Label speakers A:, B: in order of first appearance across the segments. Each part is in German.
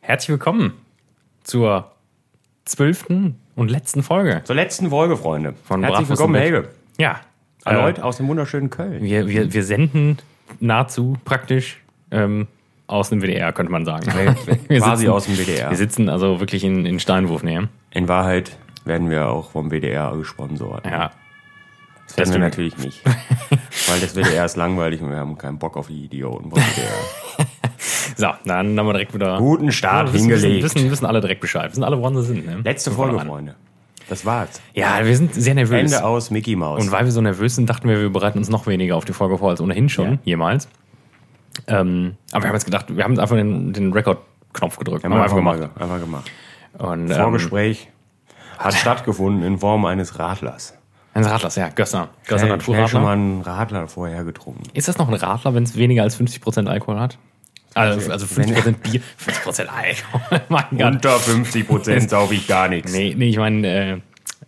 A: Herzlich willkommen zur zwölften und letzten Folge.
B: Zur letzten Folge, Freunde.
A: Von
B: Herzlich
A: Bratwurst
B: willkommen,
A: und
B: Helge.
A: Ja,
B: Hallo,
A: äh,
B: heute aus dem wunderschönen Köln.
A: wir, wir, wir senden nahezu praktisch ähm, aus dem WDR, könnte man sagen. Wir
B: Quasi
A: sitzen-
B: aus dem WDR.
A: Wir sitzen also wirklich in, in Steinwurfnähe.
B: In Wahrheit werden wir auch vom WDR gesponsert.
A: Ja,
B: das werden wir
A: stimmt.
B: natürlich nicht. weil das WDR ist langweilig und wir haben keinen Bock auf die Idioten vom WDR.
A: so, dann haben wir direkt wieder...
B: Guten Start
A: wissen, wissen,
B: hingelegt.
A: wissen, wissen alle direkt Bescheid. Wissen alle, woran sie sind. Ne?
B: Letzte
A: Fangen wir
B: Folge,
A: an.
B: Freunde. Das war's.
A: Ja, wir sind sehr nervös.
B: Ende aus Mickey Mouse.
A: Und weil wir so nervös sind, dachten wir, wir bereiten uns noch weniger auf die Folge vor als ohnehin schon
B: Ja.
A: jemals. Ähm, aber wir haben jetzt gedacht, wir haben einfach den, den Record-Knopf gedrückt.
B: haben wir einfach gemacht. Einfach gemacht.
A: Und, ähm,
B: Vorgespräch hat stattgefunden in Form eines Radlers.
A: Hans Radlers, ja, Gösser. Gösser
B: Schnell- schnell schon mal
A: Naturradler.
B: einen Radler vorher getrunken.
A: Ist das noch ein Radler, wenn es weniger als 50% Alkohol hat? Also, also 50% Bier, 50% Alkohol. oh mein Gott.
B: Unter 50% sauf ich gar nichts.
A: Nee, nee, ich meine, äh, äh,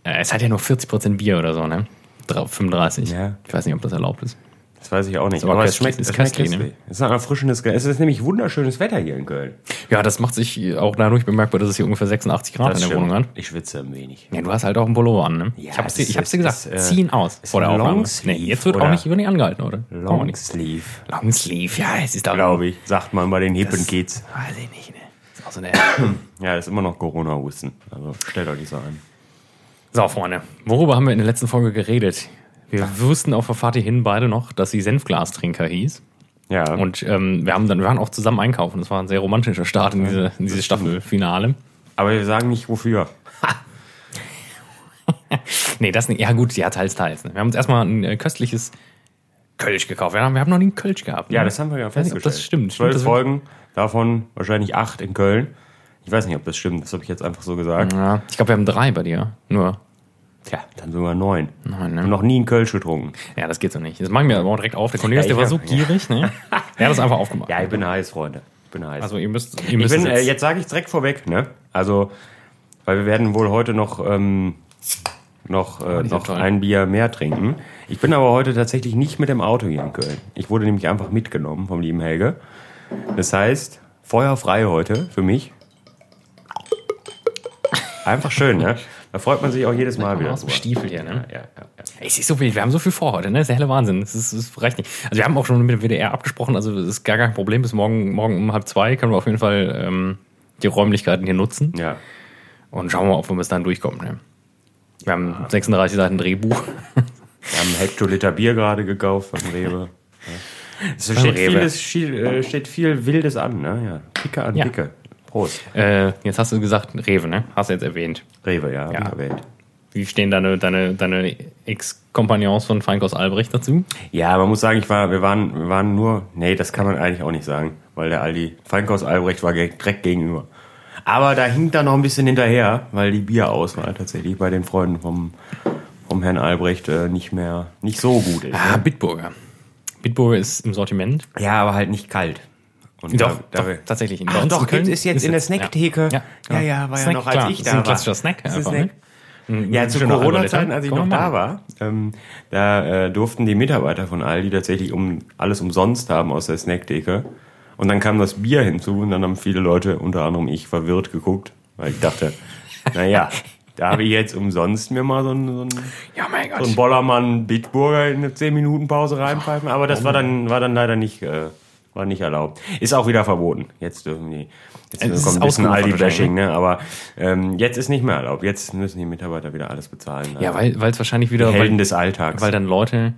A: es hat ja nur 40% Bier oder so, ne? Drau- 35.
B: Ja.
A: Ich weiß nicht, ob das erlaubt ist.
B: Das weiß ich auch nicht.
A: aber
B: Aber es
A: köstlich.
B: schmeckt,
A: Ist
B: es schmeckt
A: köstlich, ne?
B: köstlich. Es ist ein erfrischendes, Ge- es ist nämlich wunderschönes Wetter hier in Köln.
A: Ja, das macht sich auch dadurch bemerkbar, dass es hier ungefähr 86 Grad in der Wohnung hat.
B: Ich schwitze ein wenig.
A: Ja, du hast halt auch einen Pullover an, ne? ich hab's dir,
B: das
A: ich hab's
B: ist-
A: dir gesagt,
B: ist, äh,
A: zieh ihn aus
B: ist
A: vor der
B: ein
A: Aufnahme. Nee,
B: Longsleeve,
A: jetzt wird auch
B: oder?
A: nicht, wird nicht angehalten, oder? Auch nicht.
B: Longsleeve,
A: Longsleeve, ja, es ist da,
B: glaube ich, sagt man bei den hippen Kids.
A: weiß ich nicht, ne? Ist auch so, eine
B: Ja, das ist immer noch Corona-Husten. Also stellt euch das so ein.
A: so, Freunde, worüber haben wir in der letzten Folge geredet? Wir wussten auf der Fahrt hierhin beide noch, dass sie Senfglastrinker hieß.
B: Ja, und
A: Und ähm, wir, haben dann, wir waren auch zusammen einkaufen. Das war ein sehr romantischer Start in, diese, in dieses Staffelfinale.
B: aber wir sagen nicht wofür.
A: Nee, das nicht. Ja, gut, ja, teils, teils. Ne? Wir haben uns erstmal ein äh, köstliches Kölsch gekauft. Wir haben, wir haben noch nie einen Kölsch gehabt. ne?
B: Ja, das haben wir ja
A: weiß nicht, ob
B: festgestellt.
A: das stimmt. Stimmt
B: Zwölf
A: das
B: Folgen, davon wahrscheinlich acht in Köln. Ich weiß nicht, ob das stimmt. Das habe ich jetzt einfach so gesagt.
A: Ja, ich glaube, wir haben drei bei dir. Nur.
B: Tja, dann sind wir neun.
A: Hm, Neun, ne?
B: Und noch nie in Kölsch getrunken.
A: Ja, das geht so nicht. Das machen wir aber auch direkt auf. Der Cornelius,
B: Ja,
A: der
B: ich
A: war
B: hab-
A: so
B: ja.
A: gierig, ne? Der hat das einfach aufgemacht.
B: Ja, ich bin heiß, Freunde. Ich bin heiß.
A: Also ihr müsst, ihr müsst
B: Ich bin,
A: es
B: äh, jetzt sage ich direkt vorweg, ne? Also, weil wir werden wohl heute noch, ähm, noch, äh,
A: nicht so
B: noch
A: Oh, toll.
B: ein Bier mehr trinken. Ich bin aber heute tatsächlich nicht mit dem Auto hier in Köln. Ich wurde nämlich einfach mitgenommen vom lieben Helge. Das heißt, feuerfrei heute für mich. Einfach schön, ne? Da freut man sich auch jedes Mal wieder.
A: aus dem
B: drüber.
A: Stiefel hier, ne?
B: Ja, ja, ja.
A: Es ist so viel, wir haben so viel vor heute, ne? Das ist der helle Wahnsinn. Das, ist, das reicht nicht. Also wir haben auch schon mit dem WDR abgesprochen, also das ist gar kein Problem. Bis morgen, morgen um halb zwei können wir auf jeden Fall ähm, die Räumlichkeiten hier nutzen
B: ja.
A: und schauen wir, ob wir bis dann durchkommen. Ne? Wir haben 36 Seiten Drehbuch.
B: Wir haben einen Hektoliter Bier gerade gekauft vom Rewe. Ja. Es steht,
A: Rewe.
B: Vieles, viel, äh, steht viel Wildes an, ne? Ja. Picke an
A: Ja.
B: Picke. Prost.
A: äh, jetzt hast du gesagt, Rewe, ne? Hast du jetzt erwähnt.
B: Rewe, ja, ja. erwähnt.
A: Wie stehen deine, deine, deine Ex-Kompagnons von Feinkost Albrecht dazu?
B: Ja, man muss sagen, ich war, wir waren, wir waren nur, nee, das kann man eigentlich auch nicht sagen, weil der Aldi Feinkost Albrecht war ge- direkt gegenüber. Aber da hinkt er noch ein bisschen hinterher, weil die Bierauswahl tatsächlich bei den Freunden vom, vom Herrn Albrecht äh, nicht mehr, nicht so gut ist.
A: Ah, Bitburger. Bitburger ist im Sortiment.
B: Ja, aber halt nicht kalt. Und da, da,
A: tatsächlich. In
B: Ach,
A: bei uns
B: doch,
A: in Köln
B: gibt's- ist jetzt in der Snacktheke.
A: Ja,
B: Ja, ja, war ja noch, als
A: klar.
B: ich
A: Das
B: da
A: ist ein
B: war.
A: klassischer Snack.
B: Das ist
A: Einfach,
B: ein Snack.
A: Ne? Ein-
B: Ja,
A: ein
B: zu
A: schöner
B: Corona-Zeiten,
A: Albaliter.
B: als ich
A: Kann
B: noch
A: man
B: da
A: machen.
B: war, ähm, da äh, durften die Mitarbeiter von Aldi tatsächlich um alles umsonst haben aus der Snacktheke. Und dann kam das Bier hinzu und dann haben viele Leute, unter anderem ich, verwirrt geguckt, weil ich dachte, naja, da habe ich jetzt umsonst mir mal so einen, so einen, so
A: Ja, mein Gott.
B: einen Bollermann Bitburger in eine 10-Minuten-Pause reinpfeifen. Aber
A: Oh
B: das war dann, war dann leider nicht, äh, war nicht erlaubt. Ist auch wieder verboten. Jetzt dürfen die.
A: Es
B: Jetzt
A: Äh, ist
B: kommt ein bisschen
A: ausgeufert
B: Aldi-Bashing, ne? Aber ähm, jetzt ist nicht mehr erlaubt. Jetzt müssen die Mitarbeiter wieder alles bezahlen. Also
A: ja, weil weil es wahrscheinlich wieder,
B: Helden
A: weil,
B: des Alltags.
A: weil dann Leute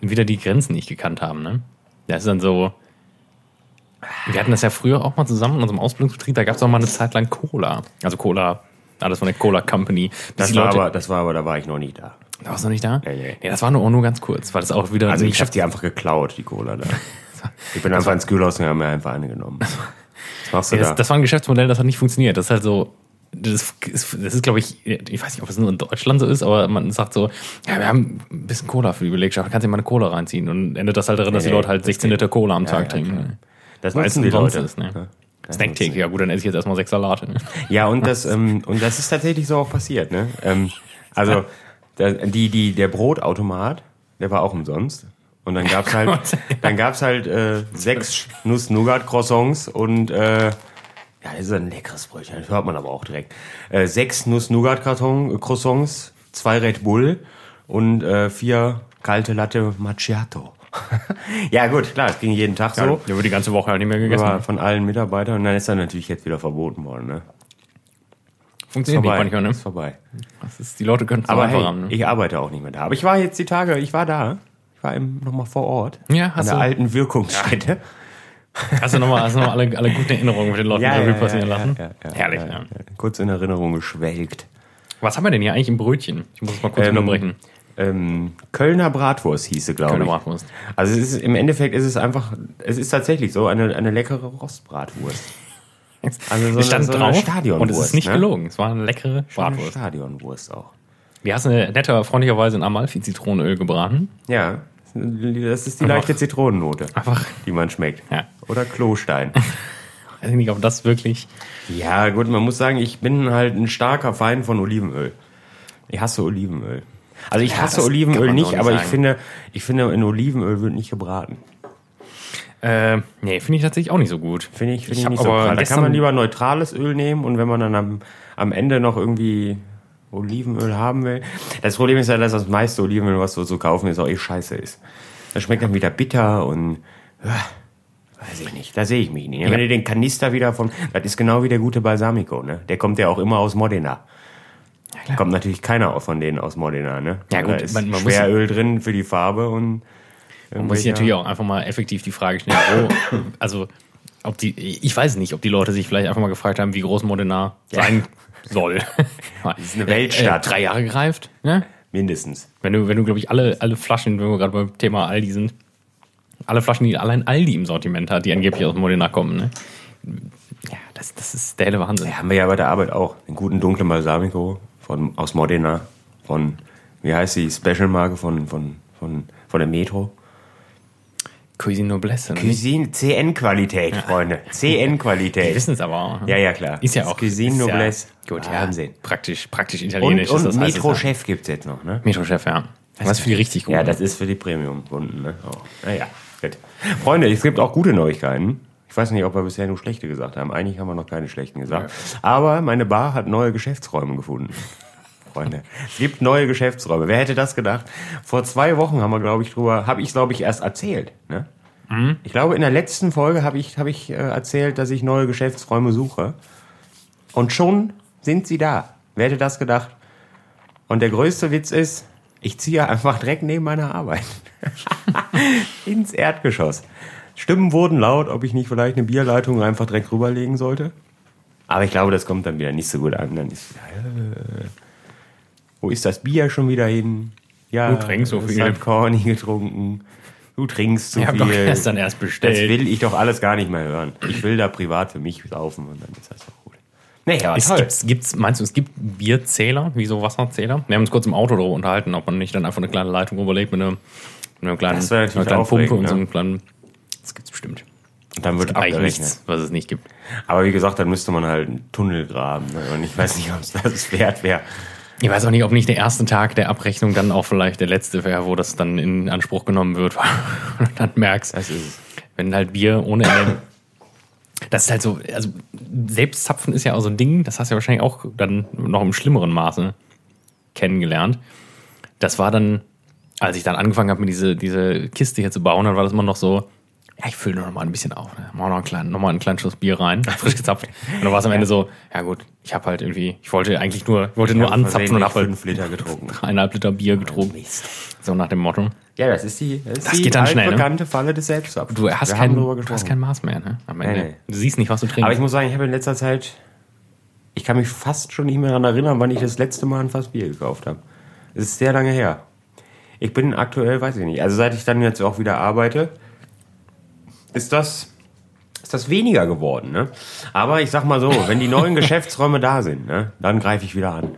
A: wieder die Grenzen nicht gekannt haben. Ne? Das ist dann so. Wir hatten das ja früher auch mal zusammen in unserem Ausbildungsbetrieb. Da gab es auch mal eine Zeit lang Cola. Also Cola, alles von der Cola Company. Bis
B: das,
A: die
B: war
A: Leute-
B: aber, das war aber, da war ich noch nicht da.
A: Da warst du noch nicht da?
B: Nee, nee.
A: Ja, das war nur, auch nur ganz kurz, weil das auch wieder.
B: Also ich
A: nicht-
B: hab die einfach geklaut, die Cola da. Ich bin einfach ins Kühlhaus und habe mir einfach eine genommen. Was machst du
A: Ja,
B: da?
A: das, das war ein Geschäftsmodell, das hat nicht funktioniert. Das ist halt so, das ist, das ist glaube ich, ich weiß nicht, ob es nur in Deutschland so ist, aber man sagt so, ja, wir haben ein bisschen Cola für die Belegschaft, kannst du dir mal eine Cola reinziehen und endet das halt darin, dass die
B: Nee,
A: Leute halt
B: das
A: 16
B: geht.
A: Liter Cola am
B: Ja,
A: Tag
B: ja,
A: trinken.
B: klar.
A: ne?
B: das
A: Weil es
B: nutzen die
A: umsonst
B: Leute.
A: ist, ne?
B: Ja,
A: Snacktheke, ja gut, dann esse ich jetzt erstmal sechs Salate. ne?
B: Ja, und das, ähm, und das ist tatsächlich so auch passiert, ne? Ähm, also, der, die, die, der Brotautomat, der war auch umsonst. Und dann gab's halt,
A: Gott.
B: dann gab's halt äh, sechs Nuss-Nougat-Croissants und äh, Ja, das ist ein leckeres Brötchen, das hört man aber auch direkt. Äh, sechs Nuss-Nougat-Croissants, zwei Red Bull und äh, vier kalte Latte Macchiato. ja, gut, klar, das ging jeden Tag
A: Ja,
B: so.
A: der wird die ganze Woche halt nicht mehr gegessen.
B: Aber von allen Mitarbeitern. Und dann ist er natürlich jetzt wieder verboten worden. Ne?
A: Funktioniert nicht manchmal, ne?
B: Ist vorbei.
A: Das ist, die Leute können es
B: Aber
A: einfach
B: hey,
A: haben. Ne?
B: ich arbeite auch nicht mehr da. Aber ich war jetzt die Tage, ich war da. Ich war eben nochmal vor Ort.
A: Ja,
B: An
A: hast
B: der
A: du-
B: alten Wirkungsstätte.
A: Hast du nochmal noch mal alle, alle guten Erinnerungen mit den Leuten Revue passieren lassen?
B: ja, ja,
A: Herrlich,
B: ja,
A: ja.
B: ja. Kurz in Erinnerung geschwelgt.
A: Was haben wir denn hier eigentlich im Brötchen? Ich muss es mal kurz unterbrechen.
B: Ähm, Kölner Bratwurst hieße, glaube
A: Kölner
B: ich.
A: Bratwurst.
B: Also es ist, im Endeffekt ist es einfach, es ist tatsächlich so eine, eine leckere Rostbratwurst. Also so
A: Wir standen
B: eine- so eine
A: drauf und es
B: Stadionwurst,
A: ist nicht
B: ne?
A: gelogen. Es war eine leckere
B: Eine
A: Bratwurst.
B: Stadionwurst auch.
A: Wir hast eine netter, freundlicherweise in Amalfi-Zitronenöl gebraten.
B: Ja, das ist die
A: Einfach-
B: leichte Zitronennote,
A: Einfach,
B: die man schmeckt.
A: Ja.
B: Oder Klostein.
A: weiß ich nicht, ob das wirklich.
B: Ja, gut, man muss sagen, ich bin halt ein starker Feind von Olivenöl. Ich hasse Olivenöl. Also ich hasse
A: das kann
B: Olivenöl
A: man
B: nicht,
A: so nicht
B: aber ich
A: sagen.
B: finde, ich finde, in Olivenöl wird nicht gebraten.
A: Äh, nee, finde ich tatsächlich auch nicht so gut.
B: Finde ich, finde ich,
A: hab
B: nicht so
A: aber
B: prall. Da
A: gestern-
B: kann man lieber neutrales Öl nehmen und wenn man dann am, am Ende noch irgendwie Olivenöl haben will. Das Problem ist ja, dass das meiste Olivenöl, was so zu kaufen ist, auch eh scheiße ist. Das schmeckt dann wieder bitter und ah, weiß ich nicht. Da sehe ich mich nicht. Wenn du den Kanister wieder von. Das ist genau wie der gute Balsamico, ne? Der kommt ja auch immer aus Modena. kommt natürlich keiner von denen aus Modena, ne?
A: Ja, gut,
B: da ist
A: man- man muss-
B: Schweröl drin für die Farbe und
A: Muss ich
B: irgendwelcher-
A: natürlich auch einfach mal effektiv die Frage stellen, wo, also, ob die, ich weiß nicht, ob die Leute sich vielleicht einfach mal gefragt haben, wie groß Modena sein soll. das ist
B: eine Weltstadt.
A: drei Jahre greift, ne?
B: mindestens.
A: Wenn du, wenn du, glaube ich, alle, alle Flaschen, wenn wir gerade beim Thema Aldi sind, alle Flaschen, die allein Aldi im Sortiment hat, die angeblich aus Modena kommen, ne? Ja, das, das ist der helle Wahnsinn.
B: Haben wir ja bei der Arbeit auch. Den guten dunklen Balsamico von, aus Modena. Von, wie heißt die Special-Marke von, von, von, von der Metro?
A: Cuisine Noblesse. Ne? Wir
B: Cuisine CN-Qualität, Freunde. CN-Qualität.
A: wissen es aber auch. ne?
B: Ja, ja, klar.
A: Ist ja
B: Das
A: auch.
B: Cuisine
A: ist ja-
B: Noblesse.
A: Gut, ja.
B: Wahnsinn.
A: Praktisch, praktisch
B: Und,
A: italienisch
B: und
A: ist das heißt es, ne?
B: Metro-Chef gibt es jetzt noch, ne?
A: Metro-Chef, ja. Das ist für die richtig gut.
B: Ja, das ist für die Premium-Kunden, ne? Oh. Naja, gut. Freunde, es gibt auch gute Neuigkeiten. Ich weiß nicht, ob wir bisher nur schlechte gesagt haben. Eigentlich haben wir noch keine schlechten gesagt. Aber meine Bar hat neue Geschäftsräume gefunden. Freunde, es gibt neue Geschäftsräume. Wer hätte das gedacht? Vor zwei Wochen haben wir, glaube ich, drüber, habe ich, glaube ich, erst erzählt. Ne? Ich glaube, in der letzten Folge habe ich, habe ich äh, erzählt, dass ich neue Geschäftsräume suche. Und schon sind sie da. Wer hätte das gedacht? Und der größte Witz ist, ich ziehe einfach direkt neben meiner Arbeit ins Erdgeschoss. Stimmen wurden laut, ob ich nicht vielleicht eine Bierleitung einfach direkt rüberlegen sollte. Aber ich glaube, das kommt dann wieder nicht so gut an. Dann ist, äh, wo ist das Bier schon wieder hin? Ja,
A: Du trinkst so
B: es
A: viel.
B: Hat Corny getrunken. Du trinkst zu
A: Ich habe
B: viel.
A: doch gestern erst
B: Das
A: bestellt.
B: will ich doch alles gar nicht mehr hören. Ich will da privat für mich laufen und dann ist das auch gut. Naja, aber
A: Es
B: toll.
A: gibt's, gibt's, meinst du, es gibt Bierzähler, wie so Wasserzähler? Wir haben uns kurz im Auto darüber unterhalten, ob man nicht dann einfach eine kleine Leitung überlegt mit einer, mit einer kleinen,
B: Das wär natürlich
A: einer kleinen
B: aufregend,
A: Pumpe und so
B: ne?
A: einem kleinen. Das gibt's bestimmt.
B: Dann wird
A: Eigentlich
B: abgerechnet.
A: nichts, was es nicht gibt.
B: Aber wie gesagt, dann müsste man halt einen Tunnel graben. Ne? Und ich weiß nicht, ob es das wert wäre.
A: Ich weiß auch nicht, ob nicht der erste Tag der Abrechnung dann auch vielleicht der letzte wäre, wo das dann in Anspruch genommen wird. und dann merkst,
B: Das ist es.
A: wenn halt Bier ohne Ende. Das ist halt so, also Selbstzapfen ist ja auch so ein Ding, das hast du ja wahrscheinlich auch dann noch im schlimmeren Maße kennengelernt. Das war dann, als ich dann angefangen habe, mir diese, diese Kiste hier zu bauen, dann war das immer noch so, ja, ich fülle nur noch mal ein bisschen auf, ne? mach noch einen kleinen, noch mal einen kleinen Schuss Bier rein, frisch gezapft. Und dann war es am Ende so, ja gut, ich habe halt irgendwie, ich wollte eigentlich nur, ich wollte nur anzapfen und habe halt
B: fünf Liter getrunken.
A: eineinhalb Liter Bier getrunken, so nach dem Motto.
B: Ja, das ist die, das ist
A: Das
B: die
A: geht dann schnell, ne?
B: altbekannte Falle des Selbstabschlusses.
A: Du hast,
B: Wir haben
A: kein,
B: drüber
A: du hast
B: gesprochen.
A: kein Maß mehr, ne? Am Ende.
B: nee.
A: Du siehst nicht, was du trinkst.
B: Aber ich muss sagen, ich habe in letzter Zeit, ich kann mich fast schon nicht mehr daran erinnern, wann ich das letzte Mal ein Fass Bier gekauft habe. Es ist sehr lange her. Ich bin aktuell, weiß ich nicht, also seit ich dann jetzt auch wieder arbeite, ist das, ist das weniger geworden. Ne? Aber ich sag mal so, wenn die neuen Geschäftsräume da sind, ne, dann greife ich wieder an.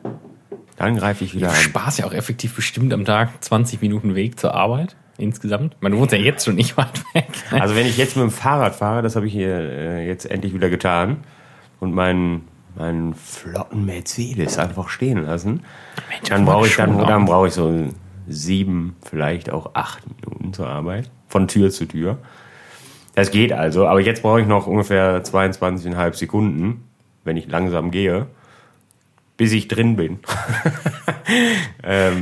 B: Dann greife ich wieder
A: Du
B: an.
A: sparst ja auch effektiv bestimmt am Tag 20 Minuten Weg zur Arbeit insgesamt. Ich meine, du wohnst ja jetzt schon nicht weit weg.
B: Also wenn ich jetzt mit dem Fahrrad fahre, das habe ich hier äh, jetzt endlich wieder getan und meinen meinen flotten Mercedes einfach stehen lassen, dann brauche ich dann, dann brauche ich so sieben, vielleicht auch acht Minuten zur Arbeit von Tür zu Tür. Das geht also, aber jetzt brauche ich noch ungefähr 22,5 Sekunden, wenn ich langsam gehe, bis ich drin bin.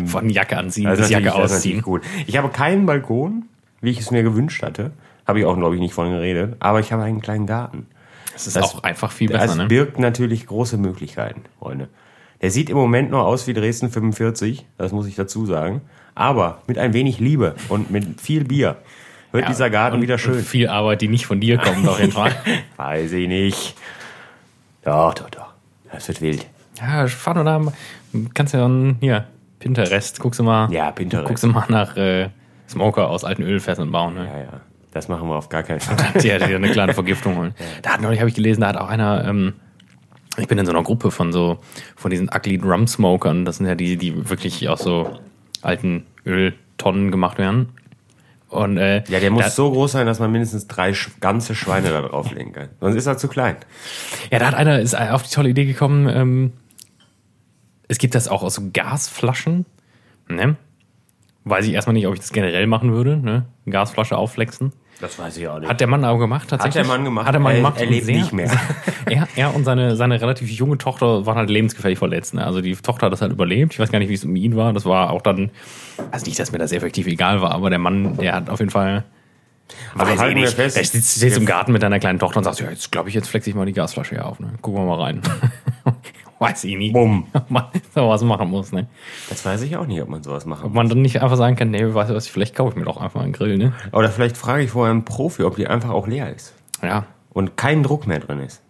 A: Von Jacke anziehen,
B: Also
A: bis
B: Das ist
A: Jacke
B: natürlich- das ist
A: ausziehen.
B: natürlich gut. Ich habe keinen Balkon, wie ich es mir gewünscht hatte. Habe ich auch, glaube ich, nicht von geredet. Aber ich habe einen kleinen Garten.
A: Das ist
B: das-
A: auch einfach viel
B: Das
A: besser, ne?
B: birgt natürlich große Möglichkeiten, Freunde. Der sieht im Moment nur aus wie Dresden 45, das muss ich dazu sagen. Aber mit ein wenig Liebe und mit viel Bier wird
A: Ja,
B: dieser Garten
A: und
B: wieder schön.
A: Viel Arbeit, die nicht von dir kommt, auf jeden Fall.
B: Weiß ich nicht. Doch, doch, doch. Das wird wild.
A: Ja, fahren oder haben- kannst ja dann hier Pinterest, guckst du mal,
B: Ja, Pinterest.
A: guckst du mal nach äh, Smoker aus alten Ölfässern bauen. Ne?
B: Ja, ja. Das machen wir auf gar keinen Fall.
A: Die hat wieder eine kleine Vergiftung holen. Da hat neulich, habe ich gelesen, da hat auch einer, ähm, ich bin in so einer Gruppe von so, von diesen ugly Drum Smokern, das sind ja die, die wirklich aus so alten Öltonnen gemacht werden. Und, äh,
B: Ja, der muss
A: da,
B: so groß sein, dass man mindestens drei sch- ganze Schweine da drauflegen kann. Sonst ist er zu klein.
A: Ja, da hat einer ist auf die tolle Idee gekommen. Ähm, es gibt das auch aus so Gasflaschen. Ne? Weiß ich erstmal nicht, ob ich das generell machen würde. Ne? Gasflasche aufflexen.
B: Das weiß ich auch nicht.
A: Hat der Mann aber gemacht.
B: Hat
A: Tatsächlich.
B: der Mann gemacht.
A: Hat der Mann
B: Er-
A: gemacht.
B: er
A: und
B: lebt nicht mehr.
A: er, er und seine, seine relativ junge Tochter waren halt lebensgefährlich verletzt. Ne? Also die Tochter hat das halt überlebt. Ich weiß gar nicht, wie es um ihn war. Das war auch dann, also nicht, dass mir das effektiv egal war, aber der Mann, der hat auf jeden Fall. also
B: Aber
A: Weiß ich
B: halten wir
A: nicht.
B: fest.
A: Da sitzt, sitzt im Garten mit deiner kleinen Tochter und sagst, ja, jetzt glaube ich, jetzt flex ich mal die Gasflasche hier auf. Ne? Gucken wir mal rein. Weiß ich nie.
B: Bumm.
A: Ob man so was machen muss. Ne?
B: Das weiß ich auch nicht, ob man sowas machen
A: Ob man dann nicht einfach sagen kann, nee, weißt du was, vielleicht kaufe ich mir doch einfach einen Grill. Ne?
B: muss. Oder vielleicht frage ich vorher einen Profi, ob die einfach auch leer ist.
A: Ja.
B: Und kein Druck mehr drin ist.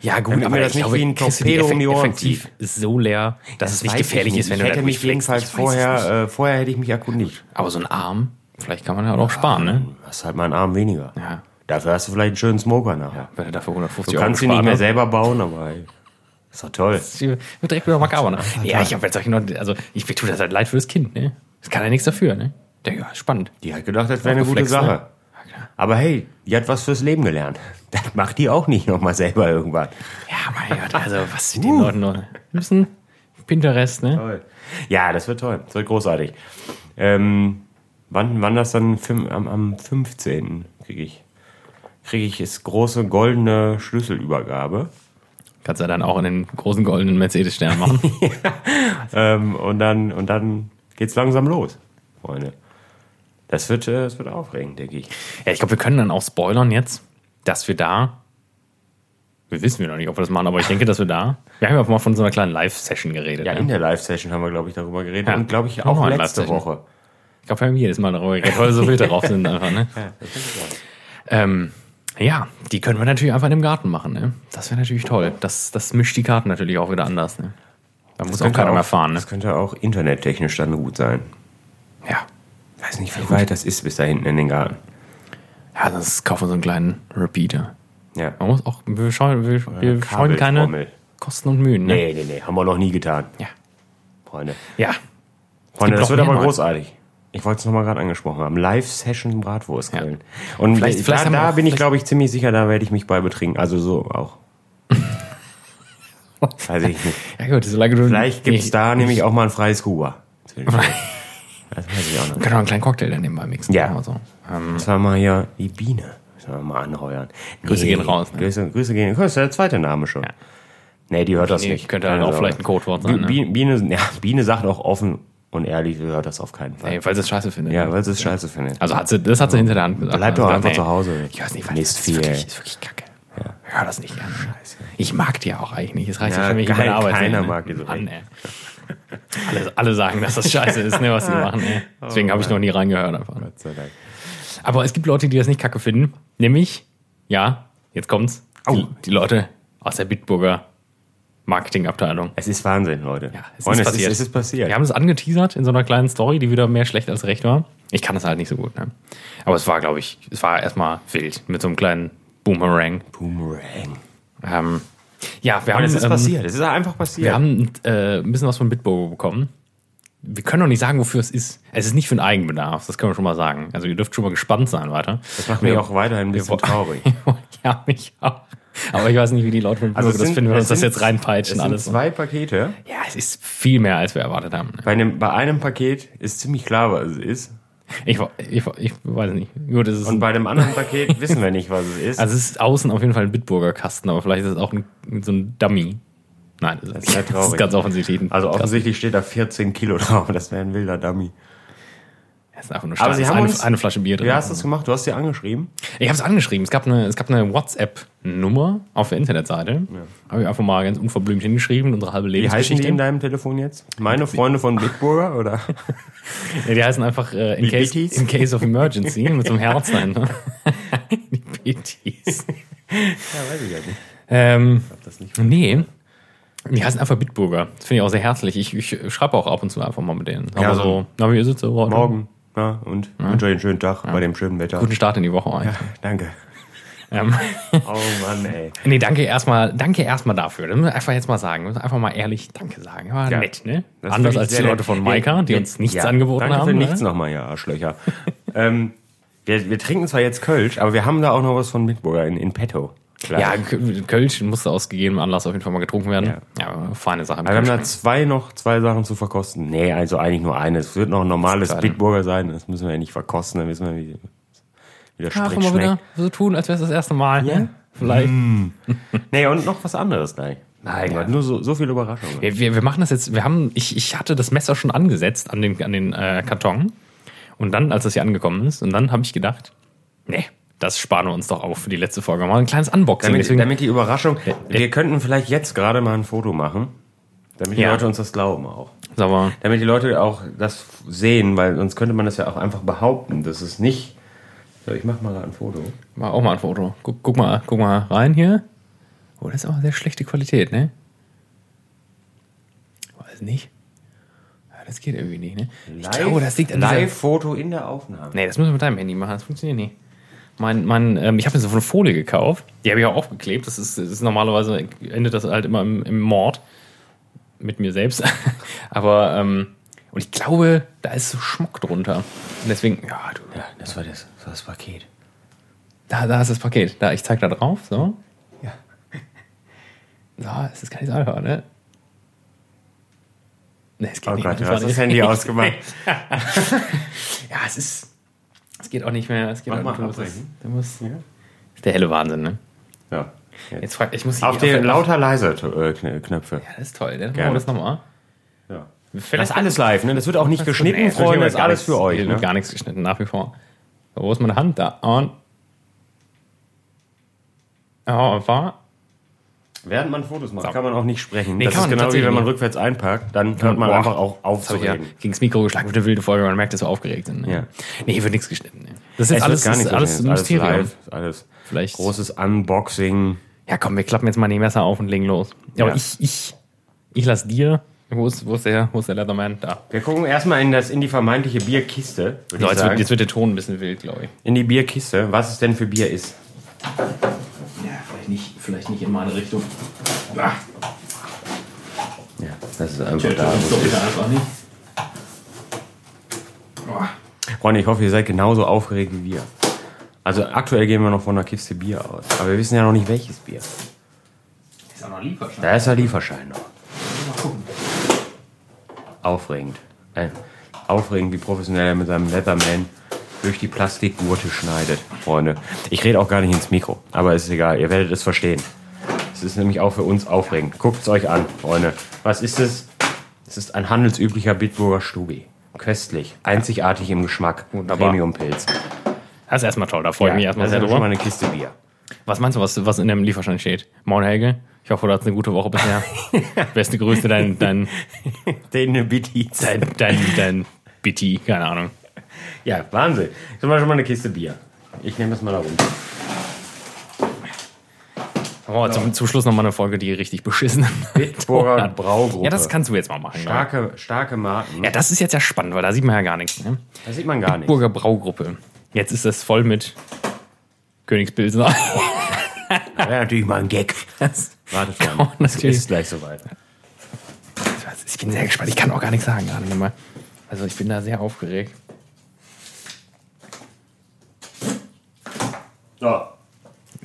A: Ja, gut,
B: Damit mir das nicht wie ein
A: kriegst du die
B: Torpedo um die
A: effekt,
B: Ohren
A: effektiv so leer, dass es nicht
B: Weiß ich
A: gefährlich
B: nicht.
A: ist, wenn
B: ich
A: du
B: hätte
A: da
B: mich
A: durchflexst.
B: jedenfalls
A: Ich weiß es nicht.
B: vorher, äh, vorher hätte ich mich erkundigt.
A: Aber so ein Arm, vielleicht kann man ja auch sparen, ne?
B: Du hast halt mal einen Arm weniger.
A: Ja.
B: Dafür hast du vielleicht einen schönen Smoker nachher.
A: Wenn du dafür 150
B: Du
A: Euro
B: kannst ihn nicht
A: gespart
B: mehr
A: hast.
B: selber bauen, aber ey, ist doch toll.
A: Sie wird direkt wieder makaber. Ne? Ja, ich habe jetzt auch noch, also ich tue das halt leid für das Kind, ne? Das kann ja nichts dafür, ne? Ja, Ja, spannend.
B: Die hat gedacht, das wäre eine gute
A: Geflext,
B: Sache.
A: ne?
B: Aber hey, die hat was fürs Leben gelernt. Das macht die auch nicht nochmal selber irgendwann.
A: Ja, mein Gott, also was mit den Leuten noch? Ein bisschen Pinterest, ne?
B: Toll. Ja, das wird toll. Das wird großartig. Ähm, wann, wann das dann? Fim- Am, am 15. kriege ich, krieg ich das große goldene Schlüsselübergabe.
A: Kannst du ja dann auch in den großen goldenen Mercedes-Stern machen.
B: Ähm, und, dann, und dann geht's langsam los, Freunde. Das wird, äh, das wird aufregend, denke ich.
A: ja, ich glaube, wir können dann auch spoilern jetzt, dass wir da. Wir wissen wir noch nicht, ob wir das machen, aber ich denke, dass wir da. Wir haben ja auch mal von so einer kleinen Live-Session geredet.
B: Ja,
A: ne?
B: in der Live-Session haben wir, glaube ich, darüber geredet.
A: Ja.
B: Und, glaube ich, auch
A: Nochmal eine
B: letzte
A: Live-Session.
B: Woche.
A: Ich glaube, wir haben jedes Mal darüber geredet, weil so Filter drauf sind einfach, ne? Ja, ähm, ja, die können wir natürlich einfach in dem Garten machen, ne? Das wäre natürlich toll. Das, das mischt die Karten natürlich auch wieder anders, ne? Da muss auch
B: Könnte
A: keiner mehr fahren, ne?
B: Das könnte auch internettechnisch dann gut sein.
A: Ja.
B: Weiß nicht, wie weit das ist bis da hinten in den Garten.
A: Ja, das kaufen wir so einen kleinen Repeater.
B: Ja.
A: Man muss auch, wir scheuen, wir, wir scheuen keine
B: Kabeltrommel.
A: Kosten und Mühen, ne?
B: Nee, nee, nee, haben wir noch nie getan,
A: Ja.
B: Freunde.
A: Ja.
B: Freunde,
A: gibt noch
B: das wird
A: mehr
B: aber
A: Neues.
B: großartig. Ich wollte es nochmal gerade angesprochen haben. Live-Session Bratwurst grillen. Und
A: Vielleicht-
B: da,
A: vielleicht haben wir
B: da
A: auch-
B: bin ich,
A: vielleicht-
B: glaube ich, ziemlich sicher, da werde ich mich bei betrinken. Also so auch. Weiß ich nicht.
A: Ja gut, solange du.
B: Vielleicht gibt es da nämlich auch mal ein freies Kuba. Das weiß ich auch noch.
A: Können wir einen kleinen Cocktail dann nebenbei mixen.
B: Ja.
A: Oder so. ähm,
B: Das war mal hier die Biene. Das war mal anheuern.
A: Grüße gehen raus, ne?
B: Grüße, Grüße gehen. Das ist der zweite Name schon. Nee, die hört das
A: Nee,
B: nicht.
A: könnte halt
B: Keine
A: auch
B: Sorge.
A: vielleicht ein Codewort sein, ne?
B: Biene, Biene, ja, Biene sagt auch offen und ehrlich, die hört das auf keinen Fall.
A: ey, falls es scheiße findet.
B: Ja, weil sie es scheiße findet.
A: Also hat sie, das hat sie hinter der Hand gesagt.
B: Bleib
A: Also
B: doch
A: gesagt,
B: einfach
A: nee,
B: zu Hause.
A: Ich weiß nicht, was
B: Vermisst
A: das
B: viel,
A: ist. Wirklich,
B: ey.
A: ist wirklich kacke. Hör das nicht an. Scheiße. Ich mag die ja auch eigentlich nicht. Es reicht ja,
B: Ja,
A: schon, wenn ich
B: kein-
A: meine Arbeit
B: keiner
A: sehe, ne?
B: mag die so
A: Mann, ey. alle, alle sagen, dass das scheiße ist, ne, was sie machen. Ey.
B: Oh
A: Deswegen habe ich noch nie reingehört. Einfach.
B: Gott sei Dank.
A: Aber es gibt Leute, die das nicht kacke finden. Nämlich, ja, jetzt kommt's.
B: Au.
A: Die, die Leute aus der Bitburger Marketingabteilung.
B: Es ist Wahnsinn, Leute.
A: Ja, es
B: Freunde,
A: ist passiert.
B: Es ist, es ist passiert.
A: Wir haben es angeteasert in so einer kleinen Story, die wieder mehr schlecht als recht war. Ich kann das halt nicht so gut. Ne? Aber es war, glaube ich, es war erstmal wild mit so einem kleinen Boomerang.
B: Boomerang.
A: Ähm, ja, wir haben,
B: Und es ist
A: ähm,
B: passiert. Es ist einfach passiert.
A: wir haben äh, ein bisschen was von Bitburger bekommen. Wir können doch nicht sagen, wofür es ist. Es ist nicht für den Eigenbedarf, das können wir schon mal sagen. Also ihr dürft schon mal gespannt sein weiter.
B: das macht mich auch weiterhin ein bisschen traurig.
A: ja, mich auch. Aber ich weiß nicht, wie die Leute von Bitburger
B: es
A: das
B: Also sind-
A: finden, wenn wir
B: es
A: uns das
B: sind-
A: jetzt reinpeitschen
B: es sind
A: alles.
B: zwei Pakete.
A: Ja, es ist viel mehr, als wir erwartet haben. ne?
B: Bei einem, bei einem Paket ist ziemlich klar, was es ist.
A: Ich, wa- ich, wa- ich weiß nicht. Gut, es ist
B: Und
A: ein,
B: bei dem anderen Paket wissen wir nicht, was es ist.
A: also es ist außen auf jeden Fall ein Bitburger Kasten, aber vielleicht ist es auch ein, so ein Dummy. Nein, das ist,
B: sehr
A: das ist
B: traurig.
A: ganz offensichtlich. ein
B: Also
A: Kasten.
B: offensichtlich steht da 14 Kilo drauf. Das wäre ein wilder Dummy.
A: Das ist einfach nur stark.
B: Aber sie
A: Das ist
B: haben
A: eine,
B: uns-
A: eine Flasche Bier drin.
B: Wie hast du das gemacht? Du hast sie angeschrieben?
A: Ich habe es angeschrieben. Es gab eine, es gab eine WhatsApp-Nummer auf der Internetseite. Habe ich einfach mal ganz unverblümt hingeschrieben, unsere halbe
B: Wie heißen die
A: Lebensgeschichte.
B: in deinem Telefon jetzt? Meine Freunde von Bitburger oder?
A: Ja, die heißen einfach äh, in,
B: Die
A: case,
B: Bitties?
A: in Case of Emergency mit so einem Herz dahinter. die Bitties.
B: Ja, weiß ich ja nicht.
A: Ähm,
B: Das nicht.
A: nee. Die heißen einfach Bitburger. Das finde ich auch sehr herzlich. Ich, ich schreibe auch ab und zu einfach mal mit denen. Aber
B: Ja,
A: so,
B: so-
A: na, wie ist es so? heute?
B: Morgen. Ja, und wünsche euch einen schönen Tag bei dem schönen Wetter.
A: Guten Start in die Woche eigentlich.
B: Danke.
A: Ähm,
B: Oh Mann, ey.
A: nee, danke erstmal, danke erstmal dafür. Das müssen wir einfach jetzt mal sagen. Müssen wir einfach mal ehrlich Danke sagen. War
B: Ja.
A: nett, ne?
B: Das
A: Anders
B: finde ich
A: als die
B: sehr
A: Leute
B: nett.
A: von Maika, die
B: Wir-
A: uns nichts
B: ja,
A: angeboten
B: danke
A: haben.
B: Für
A: ne?
B: nichts nochmal, ihr Arschlöcher. ähm, wir, wir trinken zwar jetzt Kölsch, aber wir haben da auch noch was von Bitburger in, in petto. Klar. Also
A: Ja, K- Kölsch musste aus gegebenem Anlass auf jeden Fall mal getrunken werden. Ja, feine Sache.
B: Aber wir haben da zwei noch zwei Sachen zu verkosten. Nee, also eigentlich nur eine. Es wird noch ein normales
A: Kleine.
B: Bitburger sein. Das müssen wir ja nicht verkosten, dann wissen wir, wie, wie der
A: Ja,
B: Sprit
A: Ah, mal wieder
B: schmeckt.
A: so tun, als wäre es das erste Mal.
B: Ja. Mm.
A: Ne? Vielleicht.
B: Nee, und noch was anderes gleich. Nein, Gott, nur so, so viele Überraschungen.
A: Wir, wir, wir machen das jetzt, wir haben, ich, ich hatte das Messer schon angesetzt an den, an den äh, Karton. Und dann, als es hier angekommen ist, und dann habe ich gedacht, nee, das sparen wir uns doch auf für die letzte Folge. Mal ein kleines Unboxing.
B: Damit,
A: Deswegen,
B: damit die Überraschung.
A: ja.
B: Wir könnten vielleicht jetzt gerade mal ein Foto machen, damit die
A: Ja.
B: Leute uns das glauben auch.
A: sag mal,
B: Damit die Leute auch das sehen, weil sonst könnte man das ja auch einfach behaupten, dass es nicht. So, ich mach mal gerade ein Foto.
A: mach auch mal ein Foto. Guck, guck, mal, guck mal rein hier. Oh, das ist aber sehr schlechte Qualität, ne? Weiß nicht. Ja, das geht irgendwie nicht, ne? Ich glaube, das liegt an dieser
B: Live-Foto in der Aufnahme.
A: Nee, das müssen wir mit deinem Handy machen. Das funktioniert nicht. Mein, mein, ähm, ich habe mir so eine Folie gekauft. Die habe ich auch aufgeklebt. Das ist, das ist normalerweise endet das halt immer im, im Mord mit mir selbst. Aber ähm, und ich glaube, da ist so Schmuck drunter. Und deswegen, ja, du,
B: Ja, das war das, das, war das Paket.
A: da, da ist das Paket. Da, ich zeig da drauf. So,
B: Ja.
A: so, es ist gar nicht so einfach, ne? Nee, es geht
B: Oh
A: nicht.
B: Gott,
A: Das
B: du
A: war
B: hast das
A: nicht-
B: Handy ausgemacht.
A: Ja, es ist, es geht auch nicht mehr. Es geht
B: Mach
A: auch
B: mal
A: nicht mehr. Du musst- Du
B: abbrechen.
A: musst, Der helle Wahnsinn, ne?
B: Ja. Jetzt.
A: Jetzt frag, ich muss
B: Auf
A: den
B: den lauter leiser äh, Kn- Knöpfe.
A: Ja, das ist toll. Dann machen wir
B: Gerne.
A: das nochmal.
B: Ja. Das
A: Vielleicht
B: ist alles live, ne? Das wird auch nicht geschnitten,
A: Nee,
B: Freunde.
A: wird
B: Das ist
A: gar
B: alles
A: nichts-
B: für euch.
A: hier wird
B: Ne?
A: Gar nichts geschnitten, nach wie vor. So, Wo ist meine Hand? Da. Und. Oh, und war.
B: Während man Fotos macht, kann man auch nicht sprechen.
A: Nee,
B: das
A: kann
B: ist
A: man
B: genau wie
A: tatsächlich
B: wenn man
A: nicht.
B: rückwärts einparkt, dann hört man
A: Boah.
B: einfach auch auf
A: Das
B: zu
A: habe ich ja
B: reden.
A: gegen das Mikro geschlagen. Wird eine wilde Folge. Man merkt, dass wir aufgeregt sind. Ne?
B: Ja.
A: Nee, hier wird nichts geschnitten. Ne? Das ist jetzt
B: Es
A: alles,
B: wird
A: das ist
B: nicht
A: alles ein
B: geschnitten, ist
A: Mysterium.
B: live, ist alles
A: Vielleicht.
B: großes Unboxing.
A: Ja, komm, wir klappen jetzt mal die Messer auf und legen los. Ja, aber
B: Ja.
A: ich, ich, ich lass dir. Wo ist, wo ist der, wo ist der Leatherman? Da.
B: Wir gucken erstmal in, das, in die vermeintliche Bierkiste, würde
A: So,
B: ich
A: jetzt wird,
B: sagen.
A: jetzt wird der Ton ein bisschen wild, glaube ich.
B: In die Bierkiste, was es denn für Bier ist.
A: Ja, vielleicht nicht, vielleicht nicht in meine Richtung. Ah,
B: Ja, das ist einfach da. wo es ist.
A: einfach nicht.
B: Freunde, ich hoffe, ihr seid genauso aufgeregt wie wir. Also aktuell gehen wir noch von einer Kiste Bier aus. Aber wir wissen ja noch nicht, welches Bier.
A: Ist auch noch Lieferschein.
B: Da ist der Lieferschein noch.
A: Mal gucken.
B: Aufregend. Äh, aufregend, wie professionell er mit seinem Leatherman durch die Plastikgurte schneidet, Freunde. Ich rede auch gar nicht ins Mikro, aber ist egal, ihr werdet es verstehen. Es ist nämlich auch für uns aufregend. Guckt es euch an, Freunde. Was ist es? Es ist ein handelsüblicher Bitburger Stubi. Köstlich, einzigartig im Geschmack.
A: Wunderbar.
B: Premium-Pilz.
A: Das ist erstmal toll, da freue ich mich erstmal
B: das ist
A: sehr
B: ja schon mal
A: drüber.
B: eine Kiste Bier.
A: Was meinst du, was, was in dem Lieferschein steht? Moin Helge, ich hoffe, du hattest eine gute Woche bisher. Beste Grüße, dein, dein,
B: Den Bitties.
A: dein, dein, dein BT, keine Ahnung.
B: Ja, Wahnsinn. Zum Beispiel mal eine Kiste Bier. Ich nehme das mal da runter.
A: Oh, zum, zum Schluss nochmal eine Folge, die richtig beschissen
B: Bitburger Braugruppe.
A: Ja, das kannst du jetzt mal machen. Stark.
B: starke, starke Marken.
A: Ja, das ist jetzt ja spannend, weil da sieht man ja gar nichts. Ne?
B: Das sieht man gar nicht.
A: Burger Braugruppe. Jetzt ist das voll mit Königspilsner.
B: Wäre natürlich mal ein Gag.
A: Das-
B: Wartet
A: Oh,
B: mal. Es
A: natürlich.
B: ist gleich soweit.
A: Also Ich bin sehr gespannt. Ich kann auch gar nichts sagen gerade nochmal. Also ich bin da sehr aufgeregt.
B: So.